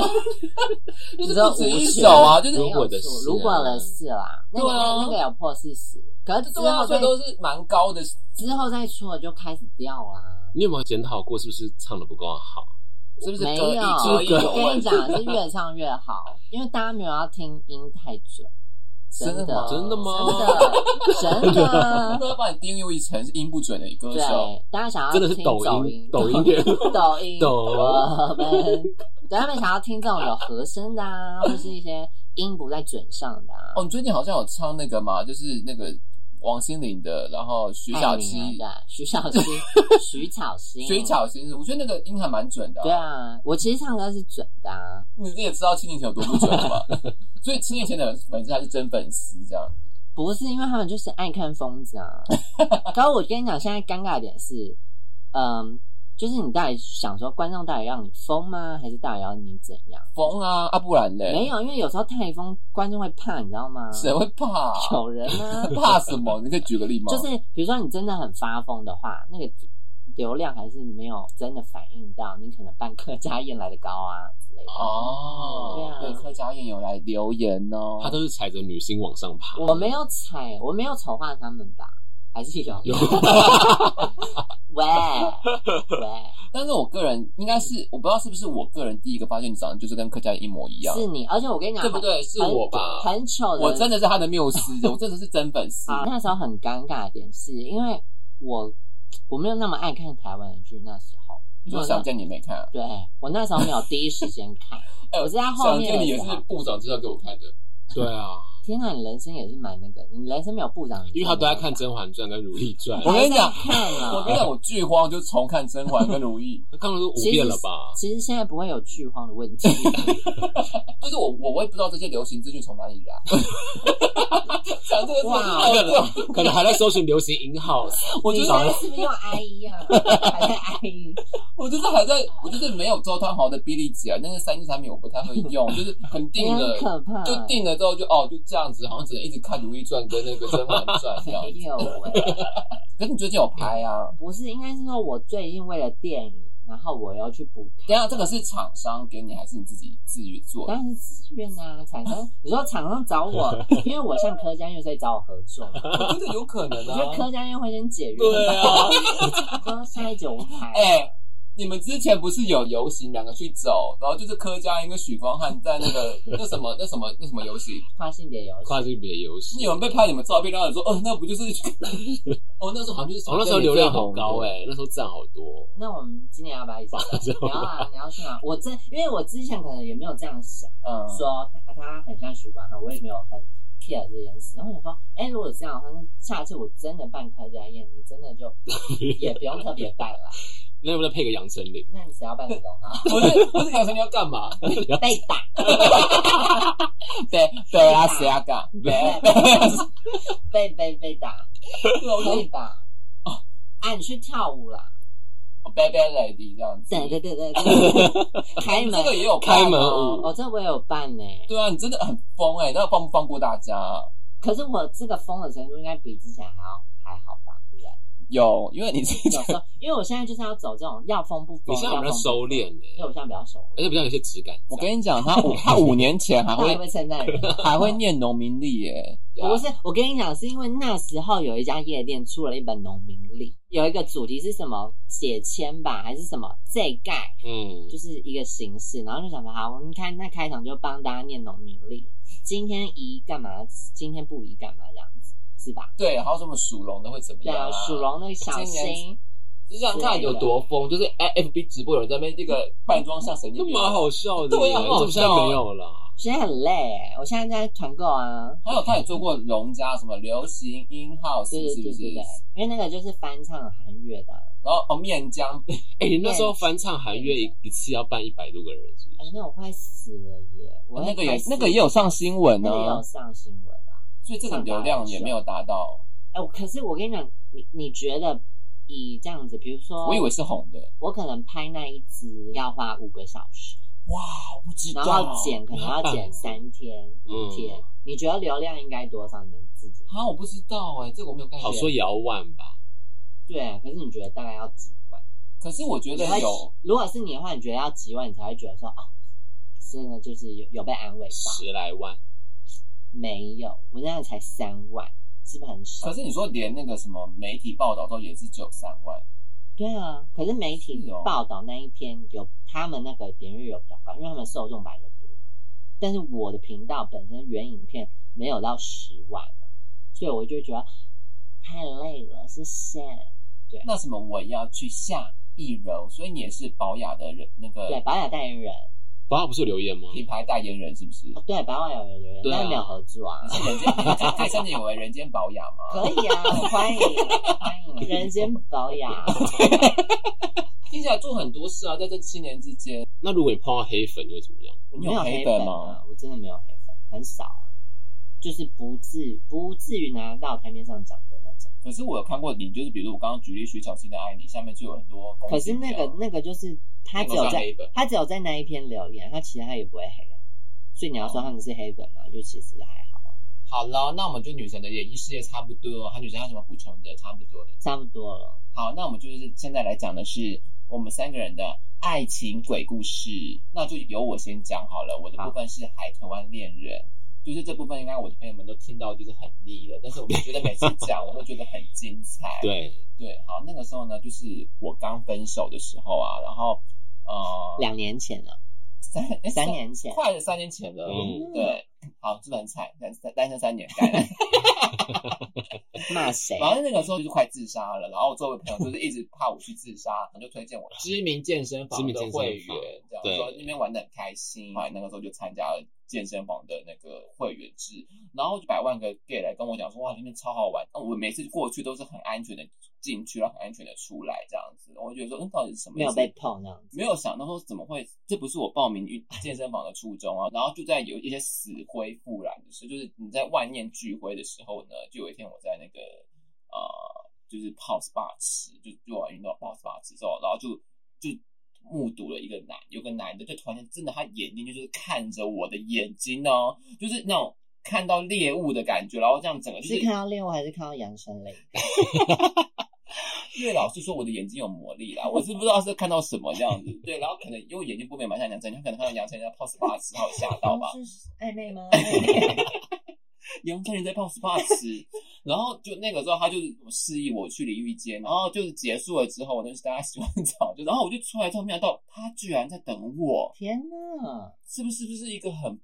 S1: 就是
S3: 你说
S1: 不止一
S3: 舞曲
S1: 首啊，就是
S3: 没有
S2: 如果的
S3: 出
S2: 事
S3: 如果
S2: 啊
S3: 的事啦，那个
S1: 对啊
S3: 那个有破四十，可是之
S1: 对啊，
S3: 后
S1: 所
S3: 再
S1: 以都是蛮高的。
S3: 之后再出了就开始掉啦。
S2: 你有没有检讨过，是不是唱的不够好？
S1: 是不是
S3: 没有，
S1: 歌艺歌艺有
S3: 我跟
S1: 问
S3: 你
S1: 题
S3: 讲，是越唱越好，因为大家没有要听音太准，
S1: 真的吗？
S2: 真的吗
S3: 真的，真的
S1: 都。要把你定义为成是音不准的歌手。
S3: 对，大家想要
S2: 真的是
S3: 听
S2: 抖
S3: 抖
S2: 音，
S3: 抖
S2: 抖音点。
S3: 抖音，
S2: 抖
S3: 我们， 对他们想要听这种有和声的啊，或是一些音不在准上的啊。
S1: 哦，你最近好像有唱那个嘛，就是那个王心凌的，然后徐小
S3: 爱
S1: 七
S3: 你、啊对，徐小七，徐巧芯，啊
S1: 徐。巧芯，我觉得那个音还蛮准的、
S3: 对，啊，我其实唱歌是准的啊，
S1: 你自己也知道七年前有多不准了吧？所以七年前的粉丝还是真粉丝这样子。
S3: 不是，因为他们就是爱看疯子啊。可是我跟你讲，现在尴尬的点是，嗯，就是你到底想说观众到底让你疯吗，还是到底要你怎样？
S1: 疯啊，啊不然嘞，
S3: 没有，因为有时候太疯，观众会怕，你知道吗？
S1: 谁会怕？
S3: 有人 啊，
S1: 怕什么？你可以举个例吗？
S3: 就是比如说你真的很发疯的话，那个流量还是没有真的反映到你可能办客家宴来的高啊之类的。
S1: 哦，
S3: 对啊
S1: 对，客家宴有来留言哦，
S2: 他都是踩着女星往上爬。
S3: 我没有踩，我没有丑化他们吧？ 还是有
S2: 有
S3: 喂喂，
S1: 但是我个人应该是，我不知道是不是我个人第一个发现你长得就是跟客家人一模一样，
S3: 是你，而且我跟你讲，
S1: 对不对？是
S3: 很？
S1: 我吧？
S3: 很糗的，
S1: 我真的是他的 缪斯，我真的是真粉丝。
S3: 啊，那时候很尴尬的点是因为我我没有那么爱看台湾的剧，那时候
S1: 你说
S3: 我
S1: 想
S3: 那
S1: 见你没看啊？，
S3: 对我那时候没有第一时间看
S1: 哎
S3: 我是在后
S5: 想
S3: 面
S5: 见你也
S3: 的时
S5: 是
S3: 候。
S5: 部长介绍给我看的，
S2: 对啊，
S3: 天哪，你人生也是蛮那个，你人生没有部长，
S2: 因为他都在看《甄嬛传》跟《如懿传》，
S1: 我跟你讲
S3: 还在看啊，
S1: 我跟你讲，我剧荒就重看《甄嬛》跟《如懿》，
S2: 看了都五
S3: 其实
S2: 遍了吧？
S3: 其实现在不会有剧荒的问题，
S1: 就是我我我也不知道这些流行资讯从哪里来。 讲这个
S3: 哇哦
S1: 哇，
S2: 可能还在搜寻流行音号，
S1: 我就
S3: 你
S1: 是
S3: 现 在是不是又哀一 啊？还在哀一？
S1: 我就是还在，我就是没有周汤豪的比例姐，那个三 D 产品我不太会用，就是很
S3: 你
S1: 定
S3: 哎
S1: 了
S3: 很，可怕，
S1: 就定了之后就哦就这样子，好像只能一直看《如懿传》跟那个《甄嬛传》这样
S3: 没。 有哎、
S1: 可是你最近有拍啊？
S3: 不是，应该是说我最近为了电影，然后我要去补
S1: 等一下这个是厂商给你，还是你自己自己做的？
S3: 当然是自愿啊，厂商，你说厂商找我，因为我像柯佳嬿在找我合作嘛，
S1: 我觉得有可能
S3: 我觉得
S1: 啊。
S3: 柯佳嬿会先解约，
S2: 对啊，
S3: 说现在九排，
S1: 哎、你们之前不是有游行两个去走，然后就是柯佳嬿跟许光汉在那个那什么那什么那什么游行，
S3: 跨性别游戏，
S2: 跨性别游戏。
S1: 你们被拍你们照片，然后你说哦那不就是哦那时候好像就是
S2: 我那时候流量好高哎、那时候赞好多。
S3: 那我们今年要不要一起？ 你要啊，你要去哪？我真因为我之前可能也没有这样想，
S1: 嗯，
S3: 说他他很像许光汉，我也没有很 care 这件事。然后我想说，哎、如果这样的话，那下次我真的办柯佳嬿，你真的 就也不用特别办了，
S2: 那要不要配个杨丞琳？
S3: 那你只要办这种啊，
S1: 不是不是，有时候你要干嘛？
S3: 被打。
S1: 对对啊，谁要干？对，
S3: 被被被打，可以吧？
S1: 哦
S3: 啊，你去跳舞啦！
S1: 拜拜 lady 这样子。
S3: 对对对对对， 开门
S1: 哎这个也有
S2: 开门舞
S1: 哦。
S3: 哦，这我有办呢。
S1: 对啊，你真的很疯哎、那放不放过大家啊？
S3: 可是我这个疯的程度应该比之前还要还好吧？对不对？
S1: 有，因为你是
S3: 有时候，因为我现在就是要走这种要疯不
S2: 你
S3: 疯，
S2: 现在
S3: 要
S2: 有没有
S3: 疯不
S2: 收
S3: 疯，
S2: 敛哎呢、
S3: 因为我现在比较熟，
S2: 而且比较有一些质感在。
S1: 我跟你讲，他五他五年前
S3: 他
S1: 还
S3: 还
S1: 会
S3: 会称赞人。
S1: 还会念农民历耶、
S3: 不是，我跟你讲，是因为那时候有一家夜店出了一本农民历，有一个主题是什么解签吧，还是什么这盖，
S2: 嗯，
S3: 就是一个形式，然后就想说好，我们看那开场就帮大家念农民历，今天宜干嘛，今天不宜干嘛这样子，是吧？
S1: 对，还有什么属龙的会怎么
S3: 对
S1: 样、
S3: 啊，属。龙的小
S1: 今年
S3: 心，
S1: 你想想看有多疯，就是 F B 直播有人在那边这个扮装像神
S2: 那
S1: 经病，
S2: 蛮好笑的耶，
S1: 对啊很
S2: 怎
S1: 好笑啊
S2: 么现在没有了。
S3: 现在很累欸，我现在在团购啊，
S1: 还有他也做过龙家什么流行音号，是
S3: 对
S1: 不
S3: 对
S1: 是？
S3: 对对对，因为那个就是翻唱韩乐的啊，
S1: 然后哦面浆，
S2: 哎、你那时候翻唱韩乐一一次要办一百多个人，是不
S3: 哎
S2: 是？，
S1: 哦
S3: 那我快死了耶，我
S1: 那个
S3: 也
S1: 也那个也有上新闻
S3: 那个也有
S1: 啊，
S3: 上新闻啊，
S1: 所以这个流量也没有达到。
S3: 哎，我可是我跟你讲，你你觉得以这样子，比如说，
S1: 我以为是红的，
S3: 我可能拍那一支要花五个小时。
S1: 哇，我不知
S3: 然
S1: 道
S3: 后。剪可能要剪三天、
S2: 嗯
S3: 五
S1: 哦
S3: 天，你觉得流量应该多少？你们自己
S1: 啊，我不知道哎、这个我没有概念。
S2: 好说也要万吧，
S3: 对，可是你觉得大概要几万？
S1: 可是我觉
S3: 你
S1: 得
S3: 会
S1: 有，
S3: 如果是你的话，你觉得要几万，你才会觉得说哦，真的就是有有被安慰到？
S2: 十来万。
S3: 没有，我现在才三万，是不是很少？
S1: 可是你说连那个什么媒体报道之后也是只有三万，
S3: 对啊，可是媒体
S1: 是哦
S3: 报道那一篇有他们那个点阅有比较高，因为他们受众本来就多嘛。但是我的频道本身原影片没有到十万嘛，所以我就觉得太累了，是 sad。
S1: 那什么我要去下易柔，所以你也是保雅的人那个
S3: 对，保养代言人，
S2: 宝宝不是有留言吗？
S1: 品牌代言人是不 是？
S3: 哦对，保养有留言，
S2: 对啊
S3: 但是没有合作 啊。
S1: 是人间，你可以称你为人间保雅吗？
S3: 可以啊，欢迎欢迎，人间保养。
S1: 听起来做很多事啊，在这七年之间，
S2: 那如果你碰到黑粉，你会怎么样？
S1: 你
S3: 没有
S1: 黑
S3: 粉
S1: 吗？
S3: 啊，我真的没有黑粉。很少啊，就是不至不至于拿到台面上讲的那种。
S1: 可是我有看过你，就是比如我刚刚举例徐巧芯的《爱你》，下面就有很多攻
S3: 可
S1: 击
S3: 是
S1: 比
S3: 那
S1: 较
S3: 个那个就是他只有
S1: 哦那个算
S3: 在
S1: 黑粉
S3: 他只有在那一篇留言，他其他也不会黑啊。所以你要
S1: 哦
S3: 说他们是黑粉嘛，就其实还好啊，
S1: 好了，那我们就女神的演艺事业差不多，还有女神还有什么补充的？差不多了。
S3: 差不多了。
S1: 好，那我们就是现在来讲的是我们三个人的爱情鬼故事。那就由我先讲好了，我的部分是《海豚湾恋人》，就是这部分应该我的朋友们都听到就是很腻了，但是我们觉得每次讲我都觉得很精彩。
S2: 对，
S1: 对，好，那个时候呢，就是我刚分手的时候啊，然后呃，
S3: 两年前了，
S1: 三诶
S3: 三年前，
S1: 快三年前了，
S2: 嗯
S1: 对，好，这蛮惨，单身单身三年，该了。
S3: 骂谁？
S1: 然后那个时候就是快自杀了，然后我周围朋友就是一直怕我去自杀，然后就推荐我知名健身
S2: 知
S1: 房
S2: 名
S1: 的
S2: 健身
S1: 会员
S2: 房，
S1: 这样
S2: 对
S1: 说那边玩的很开心。后来那个时候就参加了健身房的那个会员制，然后就百万个 gay 来跟我讲说，哇，里面超好玩。那我每次过去都是很安全的进去，然后很安全的出来，这样子，我就觉得说，嗯，到底是什么意
S3: 没
S1: 思？
S3: 有被碰那样子。
S1: 没有想到说怎么会，这不是我报名运健身房的初衷啊。然后就在有一些死灰复燃的事，就是你在万念俱灰的时候呢，就有一天我在那个呃，就是 POS SPA 池，就做完运动 POS SPA 池之后，然后就就目睹了一个男，有个男的就突然间真的他眼睛就是看着我的眼睛哦，就是那种看到猎物的感觉，然后这样整个就是
S3: 看到猎物还是看到杨丞琳？
S1: 因为老师说我的眼睛有魔力啦，我是不知道是看到什么这样子。对，然后可能因为我眼睛不美嘛，像杨丞琳，他可能看到杨丞琳在泡 SPA 池，他有吓到吧？
S3: 是暧昧 吗？
S1: 杨丞琳在泡 SPA 池，然后就那个时候他就是示意我去淋浴间，然后就是结束了之后，我就是大家洗完澡，就然后我就出来之后，没想到他居然在等我，
S3: 天哪！
S1: 是不是？不是一个很，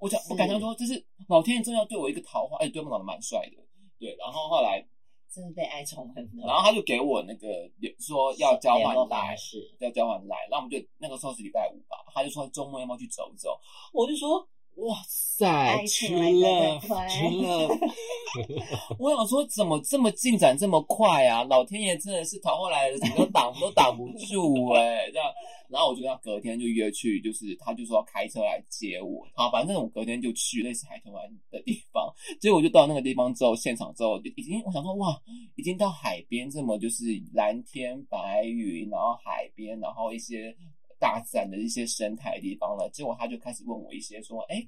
S1: 我想
S3: 是
S1: 我感觉说，这是老天爷真的要对我一个桃花，哎，对方长得蛮帅的，对，然后后来，
S3: 真的被爱宠很
S1: 然后他就给我那个说要交换来。
S3: 是
S1: 要交换来，然后我们就那个时候是礼拜五吧，他就说周末要不要去走走，我就说哇塞
S3: 爱，
S1: 除
S3: 情来得
S1: 了
S3: 太快
S1: 除了， 我想说怎么这么进展这么快啊？老天爷真的是逃过来的，怎么都 挡都挡不住哎、这样，然后我就跟他隔天就约去，就是他就说要开车来接我，好，反正我隔天就去类似海豚湾的地方，结果我就到那个地方之后，现场之后就已经我想说哇，已经到海边，这么就是蓝天白云，然后海边，然后一些大自然的一些生态的地方了。结果他就开始问我一些说，哎，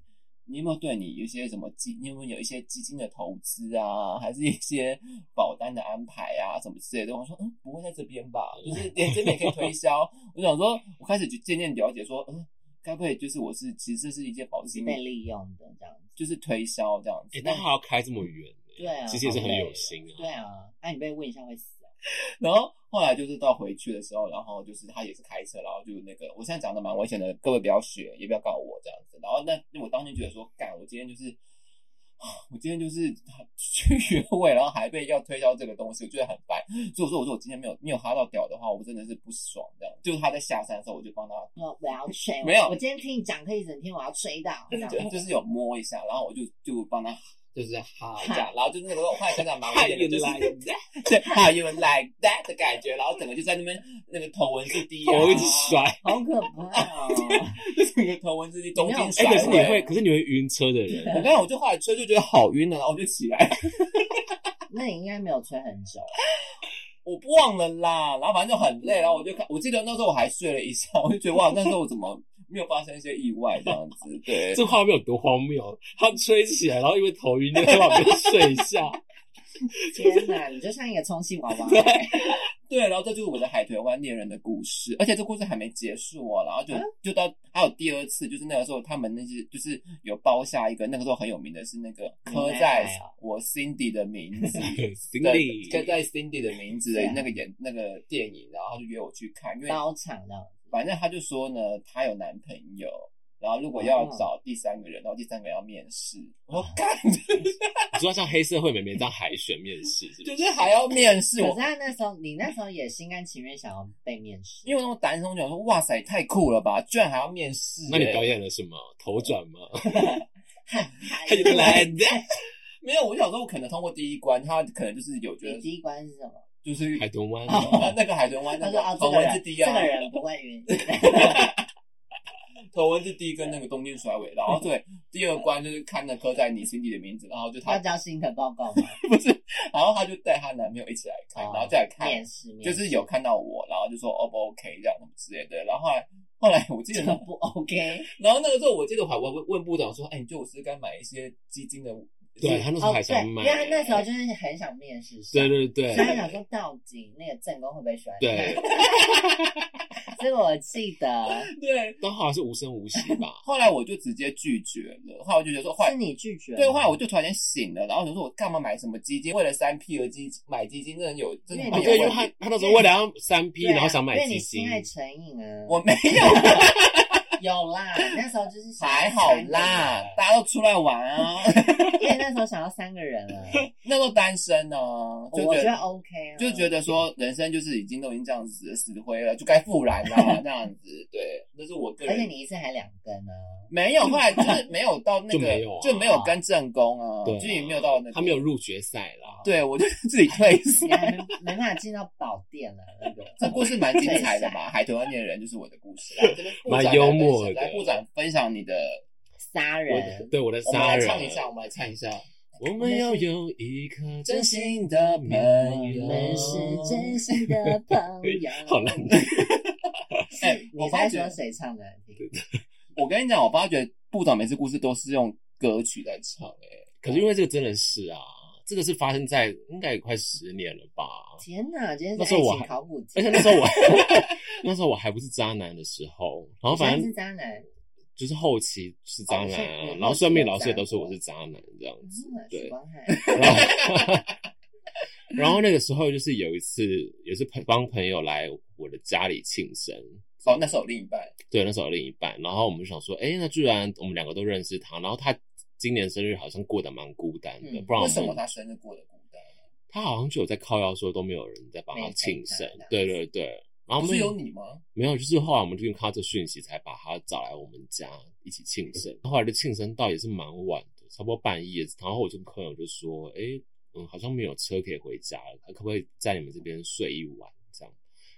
S1: 你有没有对你有一些什么基，你有没有有一些基金的投资啊， 还是一些保单的安排啊，什么之类的？我说，嗯，不会在这边吧，就是连这边也可以推销。 我想说，我开始就渐渐了解说，嗯，该不会就是我是其实这是一些保
S3: 是
S1: 金，
S3: 被利用的这样子。
S1: 就是推销这样子
S2: 哎，。那还要开这么远，欸
S3: 对啊
S2: 其实也是很
S3: 好累
S2: 有心啊。
S3: 对啊，那你被问一下会 死啊？
S1: 然后后来就是到回去的时候，然后就是他也是开车，然后就那个，我现在讲的蛮危险的，各位不要学，也不要告我这样子。然后那我当天觉得说，干，我今天就是，我今天就是 去约会，然后还被要推销这个东西，我觉得很烦。所以我说，我说我今天没有没有哈到屌的话，我真的是不爽这样。就是他在下山的时候，我就帮他
S3: 我我要吹，
S1: 没有
S3: 我今天听你讲课一整天，我要吹 到这样子
S2: 哎
S1: 就就是有摸一下，然后我就就帮他就是哈一
S3: 哈
S1: 下，然后就是那个时候后来想想蛮危险的，就是
S2: 哈 you like
S1: that，对， 哈 you like that 的感觉，然后整个就在那边那个头文字 D 啊，
S2: 头一直甩，
S3: 好可怕哦！
S1: 整个头文字 D 中间甩
S2: 哎，
S1: 尾。
S2: 可是你会，可是你会晕车的人
S1: 我，刚才我就后来吹就觉得好晕了，然后我就起来，
S3: 那你应该没有吹很久，啊
S1: 我忘了啦，然后反正就很累，然后我就看，我记得那时候我还睡了一下，我就觉得哇，那时候我怎么没有发生一些意外这样子？对，
S2: 这画面有多荒谬？他吹起来，然后因为头晕，就在旁边睡一 下。
S3: 天哪，你就像一个充气娃娃。
S1: 对，然后这就是我的海豚湾恋人的故事，而且这故事还没结束哦，然后
S2: 嗯
S1: 就就到还有第二次，就是那个时候他们那些就是有包下一个那个时候很有名的是那个刻
S3: 明白
S1: 在
S3: 了
S1: 我 Cindy 的名字对刻
S2: 哦 Cindy，啊
S1: 在 Cindy 的名字的那个演那个电影，然后他就约我去看，因为
S3: 包场这样子，
S1: 反正他就说呢，他有男朋友，然后如
S2: 哦
S1: 果要找第三个人，然后第三个人要面试，我
S2: 啊
S1: 说干，
S2: 你说像黑社会妹妹这样海选面试，是不？
S1: 就是是还要面试
S3: 可
S1: 我
S3: 是。他那时候，你那时候也心甘情愿想要被面试，
S1: 因为那种单身，我想说，哇塞，太酷了吧！居然还要面试、
S2: 那你
S1: 欸
S2: 表演了什么？头转 吗？
S3: 还
S2: 他就来的
S1: 没有，我想说，我可能通过第一关，他可能就是有觉
S3: 你
S1: 得
S3: 第一关是什么？
S1: 就是
S2: 海豚
S3: 哦
S2: 湾。
S1: 那个海豚湾
S3: 他
S1: 那
S3: 说
S1: 个
S3: 啊，这
S1: 头
S3: 个
S1: 文
S3: 人
S1: 字 D
S3: 这
S1: 啊
S3: 个，人不会晕，
S1: 头文字 D 跟那个东京甩尾，然
S3: 嗯
S1: 后对第二关就是看了刻在你心底的名字，然后就
S3: 要
S1: 她
S3: 交新的报告吗？
S1: 不是，然后她就带她男朋友一起来
S3: 哦
S1: 看，然后再来看
S3: 面试，面
S1: 就
S3: 试
S1: 是有看到我，然后就说 O 不 OK 这样什么之类的。然后后来后来我记得
S3: 这个，不 OK。
S1: 然后那个时候我记得我还问问部长说，哎，你觉得我是不是该买一些基金的？
S2: 对他那时候
S3: 哦，对，
S2: 还想
S3: 因
S2: 买，
S3: 为他那时候就是很想面试上，
S2: 对对 对
S3: 所以他想说到底那个正宫会不会喜欢他？
S2: 对，
S3: 所以我记 得
S1: 对。。
S2: 都好像是无声无息吧
S1: 后来我就直接拒绝了，后来我就觉得说，后来
S3: 是你拒绝，
S1: 对，后来我就突然间醒了，然后我就说我干嘛买什么基金？为了三 P 而基买基金，真的有真的
S3: 因
S1: 蛮
S3: 为
S1: 有
S2: 对，因为
S1: 问
S2: 他
S1: 题。
S2: 他那时候为了要三 P，
S3: 对啊，
S2: 然后想买
S3: 因为
S2: 基
S3: 你
S2: 金
S3: 性，爱成瘾啊，
S1: 我没有，
S3: 有啦，那时候就是想要
S1: 还好
S3: 三个人
S1: 啦， 大家都出来玩 啊。
S3: 因为那时候想要三个人 了，
S1: 那时候单身呢、就
S3: 我
S1: 觉
S3: 觉得
S1: 得
S3: OK 啊，
S1: 就觉得说人生就是已经都已经这样子了死灰了，就该复燃了那样 子。对，那是我个
S3: 而且
S1: 人。
S3: 你一次还两根啊呢，
S1: 没有，后 来就是没有到那
S2: 就
S1: 个，
S2: 没有啊
S1: 就没有跟正宫啊，
S2: 对啊
S1: 就也没有到那个，
S2: 他没有，入决赛啦。
S1: 对我就自己 退
S3: 你
S1: 缩。
S3: 还没没办法进到宝殿了那个。
S1: 这故事蛮精彩的嘛，《海豚和恋人》就是我的故事，啊这边部长
S2: 蛮幽默的
S1: 来部长分享你的，
S3: 杀
S2: 我的
S3: 人，
S2: 对我的
S1: 我们来
S2: 杀人，
S1: 唱一下，我们来唱一下。
S2: 我们要有一颗真心。
S1: 心的
S2: 朋
S3: 我
S2: 友。
S3: 们是真心的朋友
S2: 哦 好难
S1: 哎，我
S3: 你
S1: 发
S3: 在
S1: 觉
S3: 说，谁唱的？啊听？
S1: 我跟你讲，我发觉部长每次故事都是用歌曲在唱，哎，
S2: 可是因为这个真人是啊，这个是发生在应该也快十年了吧。
S3: 天哪，今天
S2: 那
S3: 是
S2: 时
S3: 爱
S2: 候我
S3: 情
S2: 还
S3: 考古题，
S2: 而且那时候我，那时候我还不 是渣男的时候，然后
S3: 你现
S2: 反
S3: 在
S2: 正
S3: 是渣男。
S2: 就是后期是渣男
S3: 哦
S2: 啊
S3: 是你，
S2: 然后算命老师也都说我是渣男这样子，
S3: 嗯
S2: 对
S3: 许。光 汉，
S2: 然后然后那个时候就是有一次，也是朋帮朋友来我的家里庆生，
S1: 哦，那是我另一半，
S2: 对，那时候有另一半，然后我们就想说，哎，那居然我们两个都认识他，然后他今年生日好像过得蛮孤单的，
S3: 嗯
S2: 不然
S1: 为
S2: 我
S1: 什么
S2: 们
S1: 他生日过得孤单？
S2: 他好像就有在靠腰说都没有人在帮他庆
S3: 没
S2: 生
S3: 人在，
S2: 对对对。然后我
S1: 不
S2: 们
S1: 是有你吗？
S2: 没有，就是后来我们就看到这讯息，才把他找来我们家一起庆生。后来的庆生到也是蛮晚的，差不多半夜。然后我就跟朋友就说：“诶，嗯，好像没有车可以回家了，他可不可以在你们这边睡一晚这样？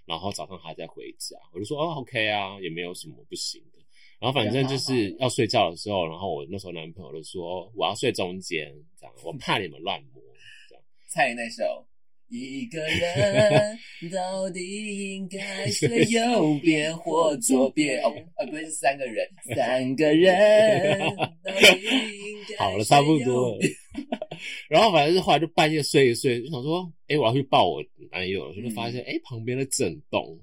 S2: 然后早上还再回家。”我就说：“哦，OK 啊，也没有什么不行的。”然后反正就是要睡觉的时候，然后我那时候男朋友就说：“我要睡中间，这样我怕你们乱摸。”这样。
S1: 蔡依林那首。一个人到底应该睡右边或左 边？哦，不呃，不是三个人，三个人到底应该
S2: 好了，差不多
S1: 睡右
S2: 了
S1: 边。
S2: 然后反正是后来就半夜睡一睡，就想说，哎、我要去抱我男友了，就发现哎、诶旁边的震动，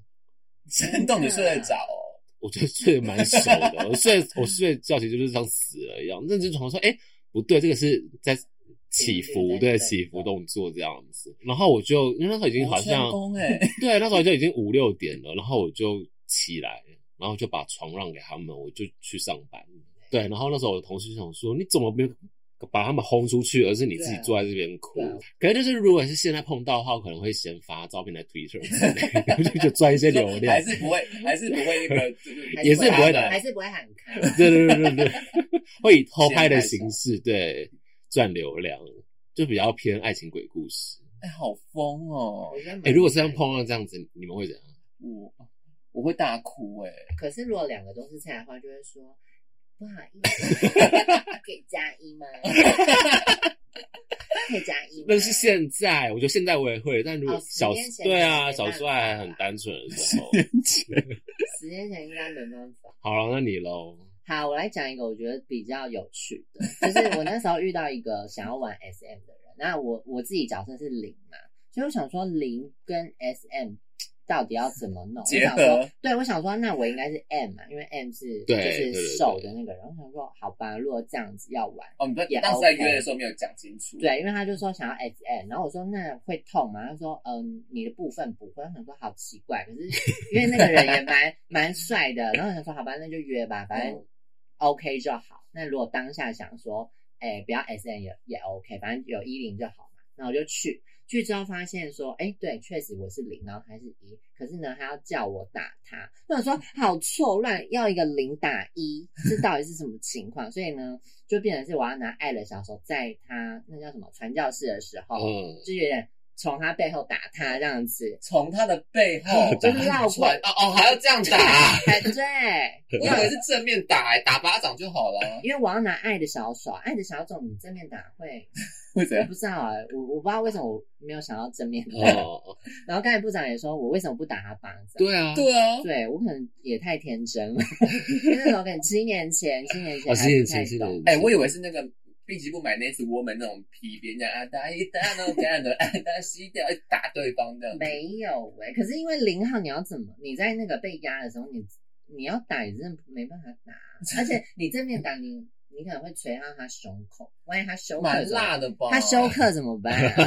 S1: 震动你睡得着哦？
S2: 我觉得睡得蛮熟的。我睡我睡觉其实就是像死了一样，认真床说，哎、不对，这个是在起伏，对起伏动作这样子。然后我就因为那时候已经好像
S1: 成功哎，
S2: 对，那时候就已经五六点了，然后我就起来，然后就把床让给他们，我就去上班。对，然后那时候我的同事就想说，你怎么没有把他们轰出去，而是你自己
S3: 对啊
S2: 坐在这边哭
S3: 对啊？
S2: 可是就是如果是现在碰到的话，我可能会先发照片在 Twitter 之类的，就就赚一些流量
S1: 还。是不会，还是不会那个，就是
S3: 还
S2: 也是不会的
S3: 还是不会喊开。
S2: 对对对对对，会以偷拍的形式对赚流量，就比较偏爱情鬼故事。
S1: 哎，好疯哦！
S3: 我觉得蛮
S2: 哎、如果这样碰到这样子，你们会怎样？
S1: 我我会大哭 哎，
S3: 可是如果两个都是菜的话，就会说不好意 思，可以加一吗？可以加一吗？
S2: 那是现在，我觉得现在我也会，但如果
S3: 哦十
S2: 小、
S3: 年前
S2: 对啊，
S3: 没办
S2: 小
S3: 法
S2: 时候还很单纯的时 候。
S3: 十年前应该没办法。
S2: 好了，那你 喽，
S3: 好，我来讲一个我觉得比较有趣的，就是我那时候遇到一个想要玩 SM 的人，那我我自己角色是零嘛，所以我想说零跟 SM 到底要怎么弄？我
S1: 结
S3: 想
S1: 合
S3: 说，对我想说，那我应该是 M 嘛，因为 M 是就
S2: 对对
S3: 是
S2: 对
S3: 瘦的那个人。我想说，好吧，如果这样子要玩，
S1: 哦，你说
S3: 也
S1: 当时在
S3: OK
S1: 约的时候没有讲清楚，，
S3: 对，因为他就说想要 S M，然后我说那会痛吗？他说嗯，你的部分不会。我想说好奇怪，可是因为那个人也蛮蛮帅的，然后我想说好吧，那就约吧，反正 OK 就好。那如果当下想说，哎、不要 S M 也也 OK，反正有一零就好嘛。那我就去，去之后发现说，哎、对，确实我是零，然后还是一，可是呢，他要叫我打他，那我说好错乱，要一个零打一，这到底是什么情况？所以呢，就变成是我要拿爱的小手，在他那叫什么传教士的时候，
S2: 嗯，
S3: 就有点从他背后打他这样 子，
S1: 从他的背后
S3: 就是绕
S1: 出来
S3: 过，
S1: 哦哦，还要这样打啊、
S3: 哎，对，
S1: 我以为是正面打、哎打巴掌就好了。啊
S3: 因为我要拿爱的小手，啊爱的小手你正面打会，
S1: 会怎
S3: 我
S1: 样？
S3: 不知道哎、我我不知道为什么我没有想到正面打。
S2: 哦，
S3: 然后刚才部长也说，我为什么不打他巴掌？
S2: 对啊，
S1: 对啊，
S3: 对我可能也太天真了，因为那时候可能七年前，七年前
S2: 哦，
S3: 还
S2: 十年
S3: 不太
S2: 前，十
S3: 懂
S2: 年
S1: 哎、我以为是那个编辑部买那次 woman 那种皮鞭，这样啊打一打，然后这样的啊打西掉，哎打对方这样。
S3: 没有哎、可是因为零号，你要怎么？你在那个被压的时候，你你要打，你真的没办法打，而且你正面打你，你可能会捶到他胸口，万一他休克
S1: 蛮
S3: 怎么
S1: 辣的吧？
S3: 他休克怎么办？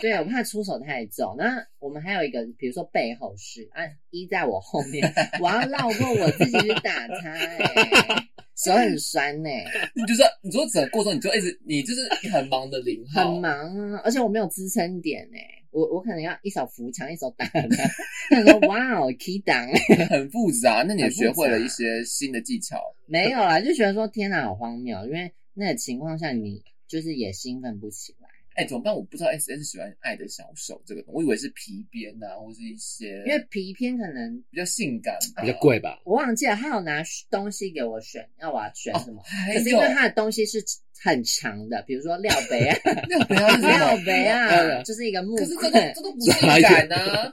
S3: 对，我怕出手太重。那我们还有一个，比如说背后式啊，一在我后面，我要绕过我自己去打他、欸，手很酸呢、欸
S1: 你就是你说整个过程你就一直你就是很忙的零号，
S3: 很忙啊，而且我没有支撑点呢、我我可能要一手扶墙，一手打啊 他。他说：“哇哦，key 档
S1: 很复杂。那你也
S3: 很复杂
S1: 学会了一些新的技巧，
S3: 没有啦，就觉得说天哪，好荒谬，因为那个情况下你就是也兴奋不起来。
S1: 哎、怎么办？我不知道 S S 喜欢爱的小手这个东西，我以为是皮鞭呐、啊，或是一些
S3: 因为皮鞭可能
S1: 比较性感的、
S2: 前，比较贵吧？
S3: 我忘记了，他有拿东西给我选，要我要选什么？
S1: 还
S3: 可是因
S1: 哦有
S3: 为他的东西是很长的，比如说廖北 啊，
S1: 那个不要是什
S3: 廖
S1: 么？
S3: 北啊，就是一个木
S1: 哦可是这个
S3: 棍
S1: 这，个不性感呐、 啊，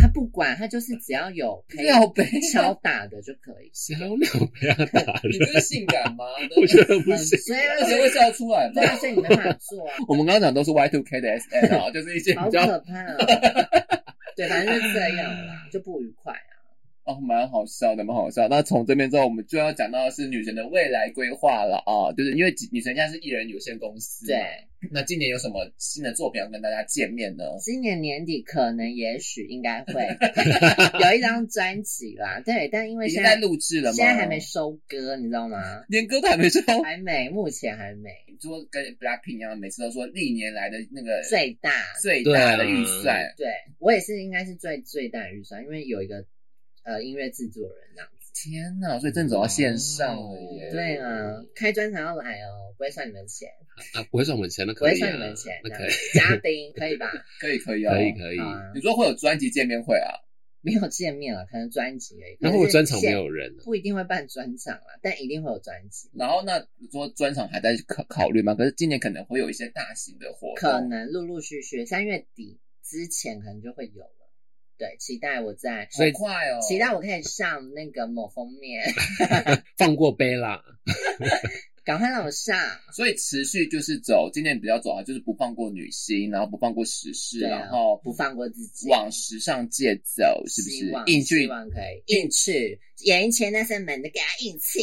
S3: 他不管，他就是只要有可以
S1: 廖北
S3: 敲打的就 可以。
S2: 谁还有两倍要 打
S1: 你不
S2: 人？
S1: 是性感吗？
S2: 我 觉得不
S3: 嗯
S2: 行。
S3: 所以
S1: 而且会笑出来吗
S3: 对？啊，所以你没办法做啊，
S1: 我们刚刚讲都是 Y two K 的 S N 啊，就是一些
S3: 好
S1: 比较
S3: 可怕哦。对，反正就这样啦，就不愉快啊。
S1: 哦，蛮好笑的，蛮好笑。那从这边之后，我们就要讲到的是女神的未来规划了啊，就是因为女神现在是艺人有限公司，
S3: 对，，
S1: 那今年有什么新的作品要跟大家见面呢？
S3: 今年年底可能、也许、应该会有一张专辑啦。对，但因为
S1: 已经
S3: 现
S1: 在
S3: 在
S1: 录制了吗？
S3: 现在还没，收歌，你知道吗？
S1: 连歌都还没收。
S3: 还没，目前还没。
S1: 说跟 Blackpink 一样，每次都说历年来的那个
S3: 最大，
S1: 最大的预算，
S3: 对我也是应该是最最大的预算，因为有一个呃音乐制作人这样子。
S1: 天哪！所以正走到线上了耶。
S3: 对啊，开专场要来哦，不会算你们钱，
S2: 啊，不会算我们钱的，
S3: 不
S2: 可
S3: 会
S2: 以
S3: 算
S2: 啊
S3: 你们钱，
S2: 那
S3: 这
S2: 可
S3: 样
S2: 以，
S3: 子嘉宾可以吧？
S1: 可以可以啊，
S2: 可以，可以
S3: 好。啊
S1: 你说会有专辑见面会啊？
S3: 没有见面了，可能专辑而已。
S2: 然后
S3: 可
S2: 我
S3: 是
S2: 专场没
S3: 现
S2: 有人啊，
S3: 不一定会办专场啦，但一定会有专辑。
S1: 然后那你说专场还在考考虑吗？可是今年可能会有一些大型的活动，
S3: 可
S2: 哦
S3: 能陆陆续续，三月底之前可能就会有了。对，期待我在，
S1: 好快哦，
S3: 期待我可以上那个某封面，
S2: 放过贝拉，
S3: 赶快让我 上。
S1: 所以持续就是走，今年比较走啊，就是不放过女星，然后不放过时事，
S3: 对啊
S1: 然后
S3: 不放过自己
S1: 往时尚界走，是不
S3: 希望
S1: 是？硬
S3: 希
S1: 去
S3: 望可以硬去演艺圈那扇门的给他硬 气，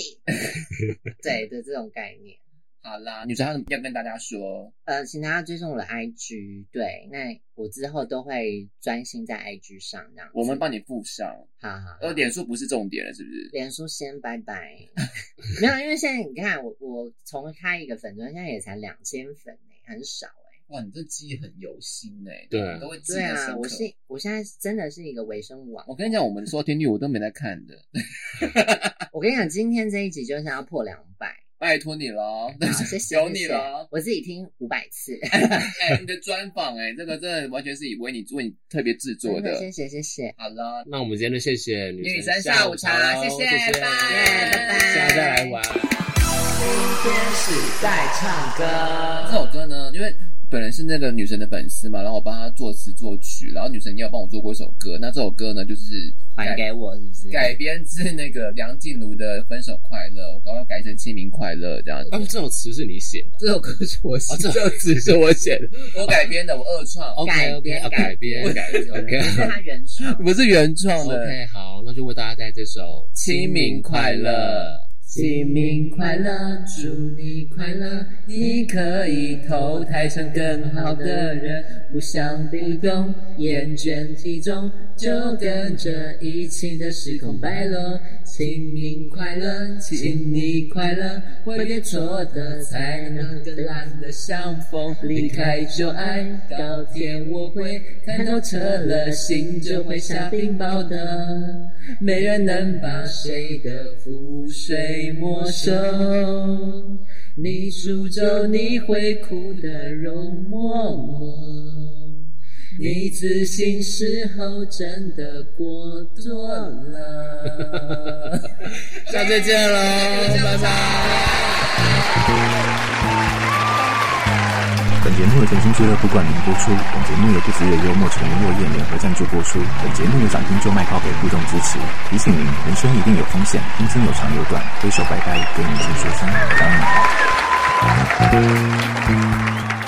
S3: 对的这种概念。
S1: 好啦，女生她要跟大家说，
S3: 呃，请大家追踪我的 IG，对，那我之后都会专心在 IG 上这样子。
S1: 我们帮你附上。
S3: 好好好
S1: 呃，脸书不是重点了，是不是？
S3: 脸书先拜拜， 没有，因为现在你看我我从开一个粉专，现在也才两千粉呢、很少哎、
S1: 哇，你这记忆很有心哎、
S2: 对
S1: 你都会记得
S3: 对
S1: 深
S3: 啊，
S1: 刻
S3: 我是我现在真的是一个维生啊网。
S1: 我跟你讲，我们的收听率我都没在看的，
S3: 我跟你讲，今天这一集就是要破两百，
S1: 拜托你了，
S3: 好，谢谢，
S1: 有你
S3: 谢谢
S1: 了。
S3: 我自己听五百次，
S1: 哎、你的专访哎，这个真的完全是以为你为你特别制作
S3: 真
S1: 的
S3: 的。谢谢谢谢，
S1: 好了，
S2: 那我们今天就谢谢女
S1: 女神
S2: 神
S1: 下
S2: 下
S1: 午
S2: 午
S1: 茶
S2: 喽
S1: 谢谢
S2: 谢谢，
S1: 拜
S3: 拜
S2: 下次再来玩。啊
S6: 天使在唱歌。
S1: 这首歌呢，因为本人是那个女神的粉丝嘛，然后我帮她作词作曲，然后女神也有帮我做过一首歌。那这首歌呢，就是
S3: 还给我是不是？
S1: 改编自那个梁静茹的《分手快乐》，我刚刚改成《清明快乐》这样子。
S2: 但是这首词是你写的，
S1: 这首歌是我写
S2: 哦，这首词是我写的。
S1: 我改编的，我二创，
S3: 哦
S2: OK，OK，
S3: 编
S2: 啊改编
S3: 编
S2: 改编
S3: 这是
S2: OK
S3: 他原啊创。
S1: 不是原创的。
S2: OK，好，那就为大家带这首《
S1: 清明快乐》。
S6: 清明快乐，祝你快乐，你可以投胎成更好的人，不想不懂，厌倦体重，就跟着疫情的时空摆落。清明快乐，请你快乐，会变错的才能更懒得相逢，离开旧爱，高铁我会看透彻了，心就会下冰雹的。没人能把谁的覆水没收。你诅咒你会哭的容嬷嬷，你自信时候真的过多了。
S1: 下次见喽，拜拜。
S7: 本节目由甜心俱乐部冠名播出，本节目由不只有幽默纯娱乐业联合赞助播出，本节目由掌听就卖靠北互动支持。提醒您，人生一定有风险，人生有长有短，挥手拜拜，跟你说说声，张你好。